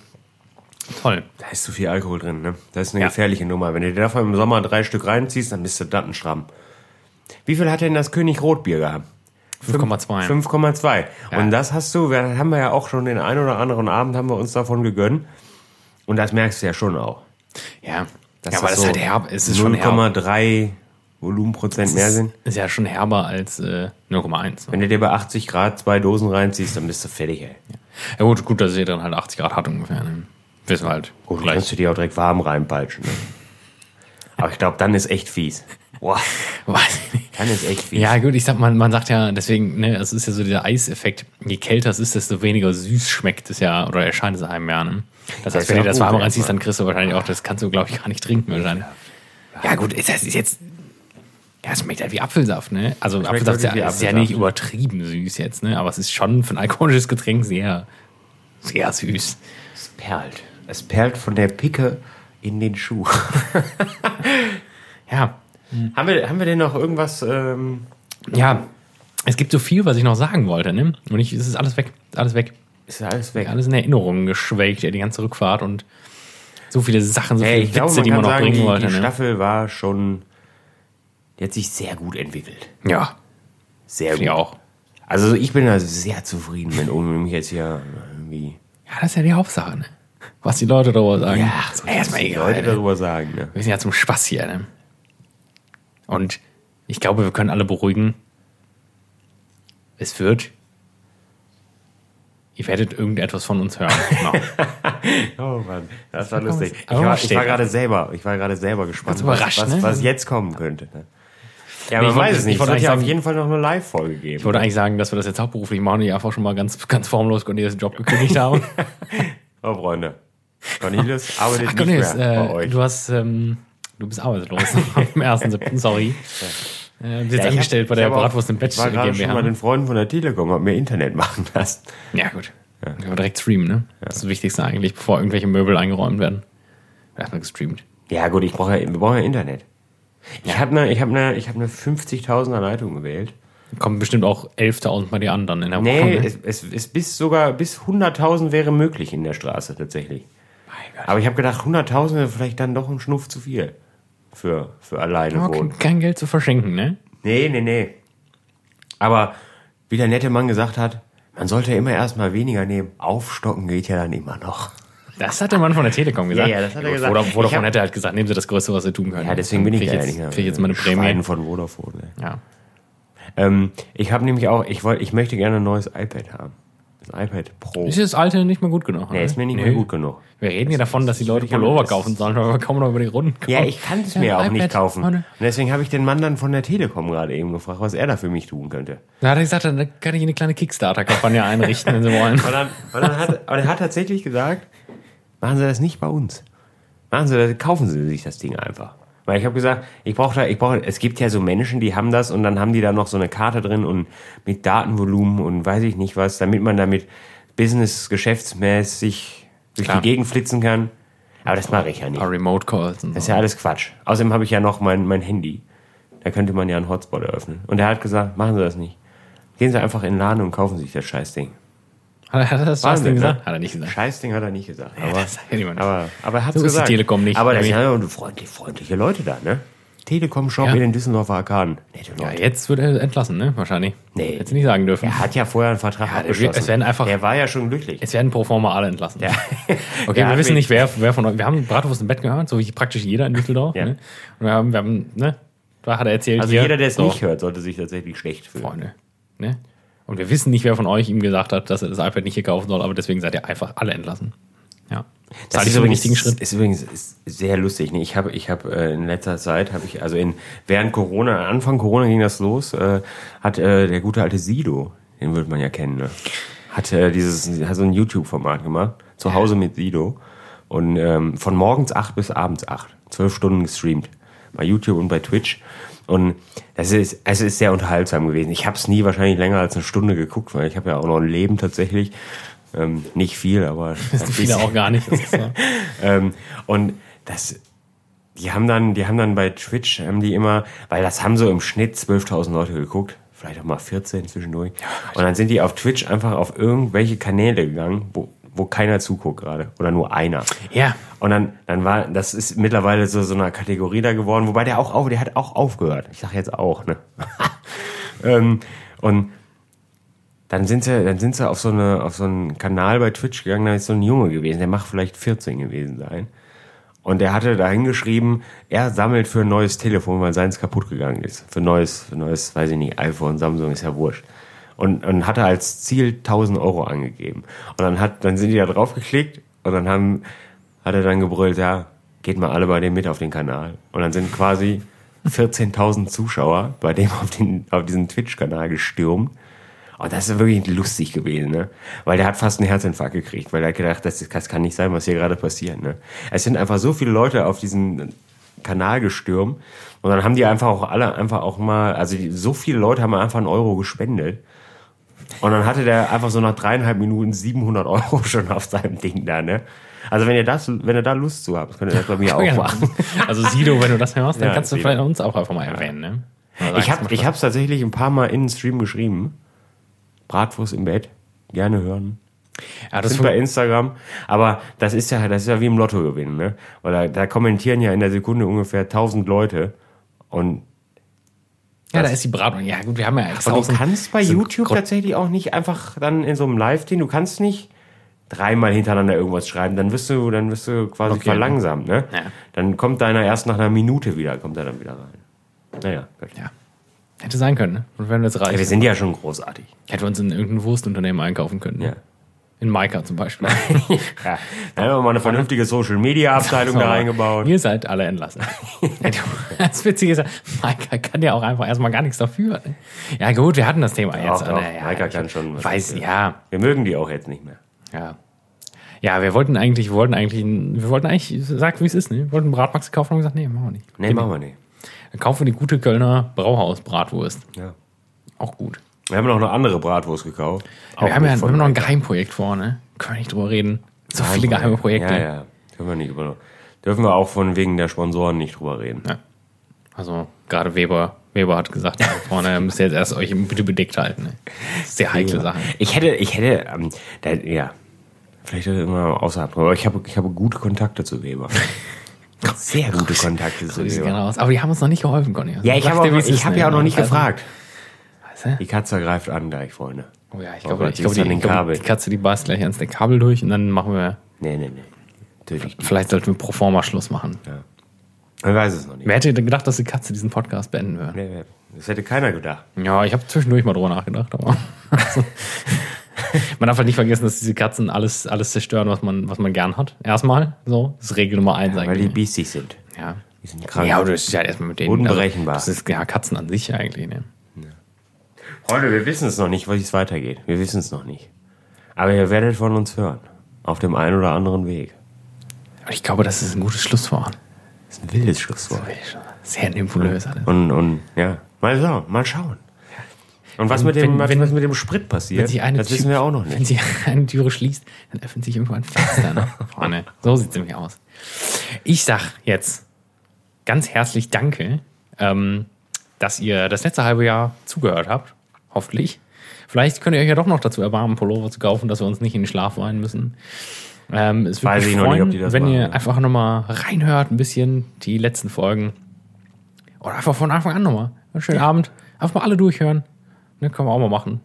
A: Toll.
B: Da ist zu viel Alkohol drin, ne? Das ist eine
A: Ja.
B: gefährliche Nummer. Wenn du dir davon im Sommer drei Stück reinziehst, dann bist du Dattenschramm. Wie viel hat denn das König Rotbier gehabt?
A: 5,2.
B: 5,2.
A: Ja.
B: Und das hast du, wir haben wir ja auch schon den einen oder anderen Abend haben wir uns davon gegönnt. Und das merkst du ja schon auch.
A: Ja,
B: Das
A: ja
B: ist
A: aber das
B: so
A: ist halt herb. Es ist schon herb.
B: 0,3 Volumenprozent mehr sind.
A: Ist ja schon herber als äh, 0,1. Ne?
B: Wenn du dir bei 80 Grad zwei Dosen reinziehst, dann bist du fertig, ey.
A: Ja gut, gut, dass ihr dann halt 80 Grad hat ungefähr. Ne? Wissen wir halt
B: Gut, dann kannst
A: gleich.
B: du dir auch direkt warm reinpeitschen. Ne? Aber ich glaube, dann ist echt fies. Boah.
A: Weiß ich nicht.
B: Dann ist echt viel.
A: Ja, gut, ich sag mal, man sagt ja, deswegen, ne, es ist ja so dieser Eiseffekt, je kälter es ist, desto weniger süß schmeckt es ja oder erscheint es einem ja. Ne? Das heißt,
B: ist
A: wenn
B: ja
A: du das
B: gut,
A: warm
B: ja,
A: reinziehst,
B: klar.
A: dann kriegst du wahrscheinlich auch, das kannst du, glaube ich, gar nicht trinken wahrscheinlich. Ja, gut, ist, das ist jetzt. Ja, es schmeckt halt wie Apfelsaft, ne? Also Apfelsaft ist ja,
B: wirklich wie
A: ist ja
B: Apfelsaft.
A: nicht übertrieben süß jetzt, ne? Aber es ist schon für ein alkoholisches Getränk sehr, sehr süß.
B: Es perlt. Es perlt von der Picke in den Schuh.
A: Ja,
B: haben, wir, haben wir denn noch irgendwas? Ähm,
A: ja. Es gibt so viel, was ich noch sagen wollte, ne? Und ich, es ist alles weg, alles weg.
B: ist ja alles weg.
A: alles in Erinnerungen geschwelgt, ja, die ganze Rückfahrt und so viele Sachen, so viele
B: Ey, ich
A: Witze,
B: glaube, man
A: die
B: kann
A: man noch
B: sagen,
A: bringen
B: die,
A: wollte.
B: die
A: ne?
B: Staffel war schon, die hat sich sehr gut entwickelt.
A: Ja,
B: Sehr
A: finde ich
B: gut.
A: auch.
B: Also ich bin da sehr zufrieden mit, ohne mich jetzt hier irgendwie...
A: Ja, das ist ja die Hauptsache, ne? Was die Leute darüber sagen.
B: so
A: Ey, erstmal
B: die
A: egal.
B: Leute
A: ne?
B: darüber sagen. Ne?
A: Wir sind ja zum Spaß hier, ne? Und ich glaube, wir können alle beruhigen. Es wird. Ihr werdet irgendetwas von uns hören. Genau.
B: Oh Mann, das war lustig. Ich
A: Aber
B: war, ich
A: Oh, steht
B: war
A: da.
B: gerade selber, ich war gerade selber gespannt,
A: Ganz überrascht,
B: was,
A: ne?
B: was, was jetzt kommen könnte. ne? Ja, man
A: ich wollte-
B: weiß es
A: ich
B: nicht. Es
A: wollte
B: wird
A: eigentlich
B: ja auf
A: sagen-
B: jeden Fall noch eine Live-Folge
A: Ich
B: geben.
A: wollte eigentlich sagen, dass wir das jetzt hauptberuflich machen und die einfach schon mal ganz, ganz formlos Cornelius den Job gekündigt haben.
B: Oh, Freunde. Cornelius arbeitet
A: Ach,
B: nicht
A: Cornelius,
B: mehr bei
A: äh,
B: euch.
A: du hast, ähm, du bist arbeitslos am 1.7., sorry. Äh, bist jetzt
B: Ja, ich
A: angestellt
B: hab-
A: bei
B: ich
A: der
B: hab auch-
A: Bratwurst im Bett
B: Ich war gerade schon bei
A: GmbH.
B: den Freunden von der Telekom, hab mir Internet machen lassen.
A: Ja, gut. Können wir direkt streamen, ne? Das ist das Wichtigste eigentlich, bevor irgendwelche Möbel eingeräumt werden. Erstmal gestreamt.
B: Ja gut, ich brauche ja, wir brauchen ja Internet. Ich habe eine, ich habe eine, ich habe eine 50.000er Leitung gewählt.
A: Kommen bestimmt auch 11.000 Mal die anderen in der Woche.
B: Nee,
A: ne?
B: es, es, es bis sogar bis 100.000 wäre möglich in der Straße tatsächlich.
A: Mein Gott.
B: Aber ich habe gedacht, 100.000 wäre vielleicht dann doch ein Schnuff zu viel für für alleine
A: Okay,
B: wohnen.
A: kein Geld zu verschenken, ne?
B: Nee, nee, nee. Aber wie der nette Mann gesagt hat, man sollte immer erstmal weniger nehmen. Aufstocken geht ja dann immer noch.
A: Das hat der Mann von der Telekom gesagt.
B: ja, das hat er
A: Gut,
B: gesagt.
A: Vodafone-
B: Ich
A: Vodafone
B: hab-
A: hätte halt gesagt, nehmen Sie das Größte, was Sie tun können.
B: Ja, deswegen bin ich
A: krieg
B: da ja
A: jetzt,
B: nicht mehr.
A: krieg ich jetzt meine
B: Schwein
A: Prämie.
B: von Vodafone. Ey.
A: Ja.
B: Ähm, ich habe nämlich auch, ich wollte, ich möchte gerne ein neues iPad haben. Das iPad Pro.
A: Ist das alte nicht mehr gut genug?
B: nee,
A: ne?
B: ist mir nicht mehr
A: Nö.
B: gut genug.
A: Wir reden hier davon, dass die Leute
B: ich hab-
A: Pullover
B: das-
A: kaufen sollen, aber wir kommen noch über die Runden. Kommen.
B: Ja, ich kann es mir
A: Ja,
B: auch
A: iPad.
B: nicht kaufen.
A: Oh, ne.
B: Und deswegen habe ich den Mann dann von der Telekom gerade eben gefragt, was er da für mich tun könnte.
A: Da hat er gesagt, dann kann ich eine kleine Kickstarter-Kampagne einrichten, wenn sie wollen.
B: Und dann, und dann hat, und er hat tatsächlich gesagt, machen Sie das nicht bei uns. Machen Sie das, kaufen Sie sich das Ding einfach. Weil ich habe gesagt, ich brauche da, ich brauche, es gibt ja so Menschen, die haben das und dann haben die da noch so eine Karte drin und mit Datenvolumen und weiß ich nicht was, damit man damit business, geschäftsmäßig durch
A: Klar.
B: die Gegend flitzen kann. Aber das mache ich ja nicht.
A: Ein paar Remote Calls und
B: Das ist
A: so.
B: ja alles Quatsch. Außerdem habe ich ja noch mein, mein Handy. Da könnte man ja einen Hotspot eröffnen. Und er hat gesagt, machen Sie das nicht. Gehen Sie einfach in den Laden und kaufen sich das Scheißding.
A: Hat er hat er das Justin
B: Wahnsinn, ne?
A: gesagt? Hat er nicht gesagt.
B: Scheißding hat er nicht gesagt. Aber,
A: das sagt ja niemand.
B: aber, aber er hat
A: So ist die
B: gesagt.
A: Telekom nicht.
B: Aber das sind
A: Irgendwie.
B: ja freundliche, freundliche Leute da, ne? Telekom-Shop
A: Ja.
B: in den Düsseldorfer Arkaden. Nette
A: Ja,
B: Leute.
A: jetzt wird er entlassen, ne? Wahrscheinlich.
B: Nee.
A: Hätte nicht sagen dürfen.
B: Er hat ja vorher einen Vertrag
A: der-
B: abgeschlossen.
A: es werden einfach-
B: der war ja schon glücklich.
A: Es werden pro forma alle entlassen. Okay,
B: Der
A: wir
B: hat
A: wissen
B: mich-
A: nicht, wer, wer von euch. Wir haben Bratwurst im Bett gehört, so wie praktisch jeder in Düsseldorf.
B: Ja.
A: Ne? Und wir haben, wir haben, ne? Da hat er erzählt,
B: Also
A: hier,
B: jeder, der es
A: so,
B: nicht hört, sollte sich tatsächlich schlecht fühlen.
A: Freunde. Ne? Und wir wissen nicht, wer von euch ihm gesagt hat, dass er das iPad nicht hier kaufen soll, aber deswegen seid ihr einfach alle entlassen. Ja. Das, ist, ein richtigen Schritt.
B: Ist übrigens ist sehr lustig. Ne? Ich habe, ich habe äh, in letzter Zeit habe ich also in während Corona, Anfang Corona ging das los, äh, hat äh, der gute alte Sido, den wird man ja kennen, ne? hat äh, dieses hat so ein YouTube-Format gemacht, zu Hause mit Sido und ähm, von morgens 8 bis abends 8, zwölf Stunden gestreamt bei YouTube und bei Twitch. Und das ist, es ist sehr unterhaltsam gewesen. Ich habe es nie wahrscheinlich länger als eine Stunde geguckt, weil ich habe ja auch noch ein Leben tatsächlich. Ähm, nicht viel, aber ein
A: Viele
B: bisschen.
A: auch gar nicht. Das ist so.
B: Ähm, und das, die haben dann, die haben dann bei Twitch, haben die immer, weil das haben so im Schnitt 12.000 Leute geguckt, vielleicht auch mal 14 zwischendurch. Und dann sind die auf Twitch einfach auf irgendwelche Kanäle gegangen, wo, wo keiner zuguckt gerade oder nur einer.
A: ja.
B: Und dann, dann war, das ist mittlerweile so, so eine Kategorie da geworden, wobei der auch auf, der hat auch aufgehört. Ich sag jetzt auch, ne? ähm, und dann sind sie, dann sind sie auf so eine, auf so einen Kanal bei Twitch gegangen, da ist so ein Junge gewesen, der mag vielleicht 14 gewesen sein. Und der hatte da hingeschrieben, er sammelt für ein neues Telefon, weil seins kaputt gegangen ist. Für ein neues, für ein neues, weiß ich nicht, iPhone, Samsung ist ja wurscht. Und, und hatte als Ziel 1000 Euro angegeben. Und dann hat, dann sind die da drauf geklickt und dann haben, hat er dann gebrüllt, ja, geht mal alle bei dem mit auf den Kanal. Und dann sind quasi 14.000 Zuschauer bei dem auf, den, auf diesen Twitch-Kanal gestürmt. Und das ist wirklich lustig gewesen, ne? Weil der hat fast einen Herzinfarkt gekriegt, weil er hat gedacht, das, das kann nicht sein, was hier gerade passiert, ne? Es sind einfach so viele Leute auf diesen Kanal gestürmt und dann haben die einfach auch alle einfach auch mal, also die, so viele Leute haben einfach einen Euro gespendet. Und dann hatte der einfach so nach dreieinhalb Minuten 700 Euro schon auf seinem Ding da, ne? Also wenn ihr das, wenn ihr da Lust zu habt, könnt ihr das bei mir auch machen.
A: Also Sido, wenn du das hörst, dann
B: Ja,
A: kannst du
B: Sido.
A: vielleicht uns auch einfach mal erwähnen, ne? Oder
B: Ich
A: sagst,
B: habe
A: mach
B: ich
A: das.
B: hab's tatsächlich ein paar Mal in den Stream geschrieben. Bratwurst im Bett. Gerne hören.
A: ja, Ah, das
B: Sind bei Instagram. Aber das ist ja, das ist ja wie im Lotto gewinnen, ne? Weil da, da kommentieren ja in der Sekunde ungefähr 1000 Leute. Und,
A: Ja, da ist die Beratung. Ja, gut, wir haben ja extra
B: und
A: auch so
B: du
A: ein-
B: kannst bei
A: so ein
B: YouTube
A: Grund-
B: tatsächlich auch nicht einfach dann in so einem Live-Ding, du kannst nicht dreimal hintereinander irgendwas schreiben, dann wirst du, dann wirst du quasi
A: Okay.
B: verlangsamt, ne?
A: Ja.
B: Dann kommt deiner erst nach einer Minute wieder, kommt er dann wieder rein. Naja, gut.
A: Ja. Hätte sein können, ne? Und wenn wir jetzt reich.
B: Wir sind ja schon großartig.
A: Hätten wir uns in irgendein Wurstunternehmen einkaufen können. ne?
B: Ja.
A: In Maika zum Beispiel.
B: Ja, da haben wir mal eine vernünftige Social Media Abteilung da reingebaut.
A: Ihr seid alle entlassen. das Witzige ist, ja, Maika kann ja auch einfach erstmal gar nichts dafür. ne? Ja, gut, wir hatten das Thema jetzt.
B: doch,
A: aber,
B: Maika
A: ich
B: kann schon was
A: Weiß,
B: dafür.
A: ja,
B: Wir mögen die auch jetzt nicht mehr.
A: ja. Ja, wir wollten eigentlich, wir wollten eigentlich, wir wollten eigentlich, sag wie es ist, ne? Wir wollten Bratmax kaufen und haben gesagt, nee, machen wir nicht.
B: Nee, machen wir nicht.
A: Dann kaufen wir die gute Kölner Brauhaus-Bratwurst.
B: Ja.
A: Auch gut.
B: Wir haben noch eine andere Bratwurst gekauft. Auch
A: wir haben
B: nicht
A: ja wir
B: von-
A: haben noch ein Geheimprojekt vorne. Können wir nicht drüber reden. So viele geheime Projekte.
B: Ja, ja. Können wir nicht über. Dürfen wir auch von wegen der Sponsoren nicht drüber reden.
A: Also gerade Weber, Weber hat gesagt, da vorne müsst ihr jetzt erst euch bitte bedeckt halten. Ne? Sehr heikle Sache.
B: Ich hätte, ich hätte, ähm, da, ja. Vielleicht hätte ich immer außerhalb drüber. Aber ich habe, ich habe gute Kontakte zu Weber. Sehr gute Kontakte zu
A: Grüße
B: Weber.
A: gerne raus. Aber die haben uns noch nicht geholfen, Conny. Also
B: Ja, ich
A: genau- sag
B: habe
A: dir, wie
B: auch-
A: es
B: ich
A: ist,
B: habe
A: ne?
B: ja auch noch nicht
A: Also,
B: gefragt.
A: weißt du?
B: Die Katze greift an gleich, Freunde.
A: Oh ja, ich
B: Oh
A: glaube,
B: Gott,
A: ich
B: die
A: glaube
B: ist an
A: die,
B: den
A: ich glaube, die
B: Kabel.
A: Katze, die beißt gleich ans der Kabel durch und dann machen wir,
B: Nee, nee, nee. Natürlich nicht.
A: vielleicht sollten wir pro forma Schluss machen.
B: Man weiß es noch nicht.
A: Wer hätte denn gedacht, dass die Katze diesen Podcast beenden würde?
B: Nee, nee, Das hätte keiner gedacht.
A: Ja, ich habe zwischendurch mal drüber nachgedacht, aber man darf halt nicht vergessen, dass diese Katzen alles, alles zerstören, was man, was man gern hat. Erstmal, so, das ist Regel Nummer eins
B: Weil die
A: eigentlich.
B: biestig sind.
A: ja.
B: Die sind krank.
A: Ja, aber das ist ja erstmal mit denen.
B: Unberechenbar.
A: Also, das ist ja Katzen an sich eigentlich. Ne?
B: Freunde, wir wissen es noch nicht, wie es weitergeht. Wir wissen es noch nicht. Aber ihr werdet von uns hören. Auf dem einen oder anderen Weg.
A: Und ich glaube, das ist ein gutes Schlusswort.
B: Das ist ein wildes Schlusswort.
A: Sehr nebulös alles.
B: Und, und ja, mal schauen. Mal schauen. Und was mit dem,
A: Wenn- wenn-
B: was mit dem Sprit
A: Wenn
B: passiert,
A: sich eine
B: das
A: Tür-
B: wissen wir auch noch
A: Wenn
B: nicht.
A: sich eine Türe schließt, dann öffnet sich irgendwo ein Fenster. Ne? Freunde, so sieht es nämlich aus. Ich sag jetzt ganz herzlich Danke, ähm, dass ihr das letzte halbe Jahr zugehört habt. Hoffentlich. Vielleicht könnt ihr euch ja doch noch dazu erbarmen, Pullover zu kaufen, dass wir uns nicht in den Schlaf weinen müssen. Ähm, es würde
B: Weiß
A: mich
B: ich noch
A: freuen,
B: nicht, ob die das
A: wenn
B: machen,
A: ihr
B: ja.
A: einfach nochmal reinhört, ein bisschen die letzten Folgen. Oder einfach von Anfang an nochmal. Einen schönen Abend. Einfach mal alle durchhören. Ne, können wir auch mal machen.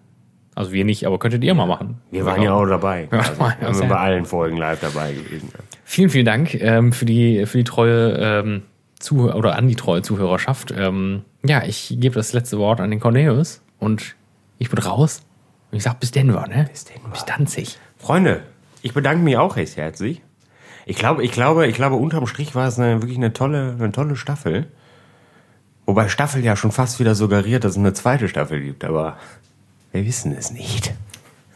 A: Also wir nicht, aber könntet ihr mal machen.
B: Wir waren ja auch dabei. Also,
A: waren
B: wir sind
A: ja-
B: bei allen Folgen live dabei gewesen.
A: Vielen, vielen Dank ähm, für, die, für die treue ähm, Zuhörer oder an die treue Zuhörerschaft. Ähm, ja, ich gebe das letzte Wort an den Cornelius und ich bin raus. Und ich sag bis Denver, ne? Bis
B: Denver.
A: Bis Danzig.
B: Freunde, ich bedanke mich auch recht herzlich. Ich glaube, ich glaube, ich glaube, unterm Strich war es eine, wirklich eine tolle, eine tolle Staffel. Wobei Staffel ja schon fast wieder suggeriert, dass es eine zweite Staffel gibt, aber wir wissen es nicht.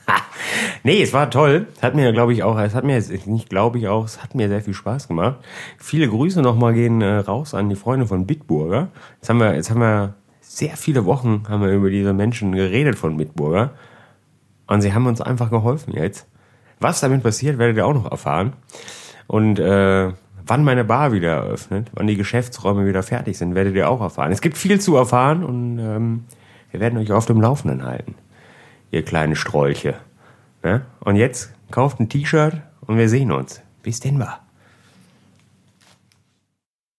B: Ha. nee, es war toll. Es hat mir, glaube ich, auch, es hat mir jetzt nicht, glaube ich, auch, es hat mir sehr viel Spaß gemacht. Viele Grüße nochmal gehen äh, raus an die Freunde von Bitburger. Jetzt haben wir, jetzt haben wir sehr viele Wochen haben wir über diese Menschen geredet von Bitburger. Und sie haben uns einfach geholfen jetzt. Was damit passiert, werdet ihr auch noch erfahren. Und äh, wann meine Bar wieder eröffnet, wann die Geschäftsräume wieder fertig sind, werdet ihr auch erfahren. Es gibt viel zu erfahren und ähm, wir werden euch auf dem Laufenden halten, ihr kleinen Strolche. Ne? Und jetzt kauft ein T-Shirt und wir sehen uns. Bis Denver.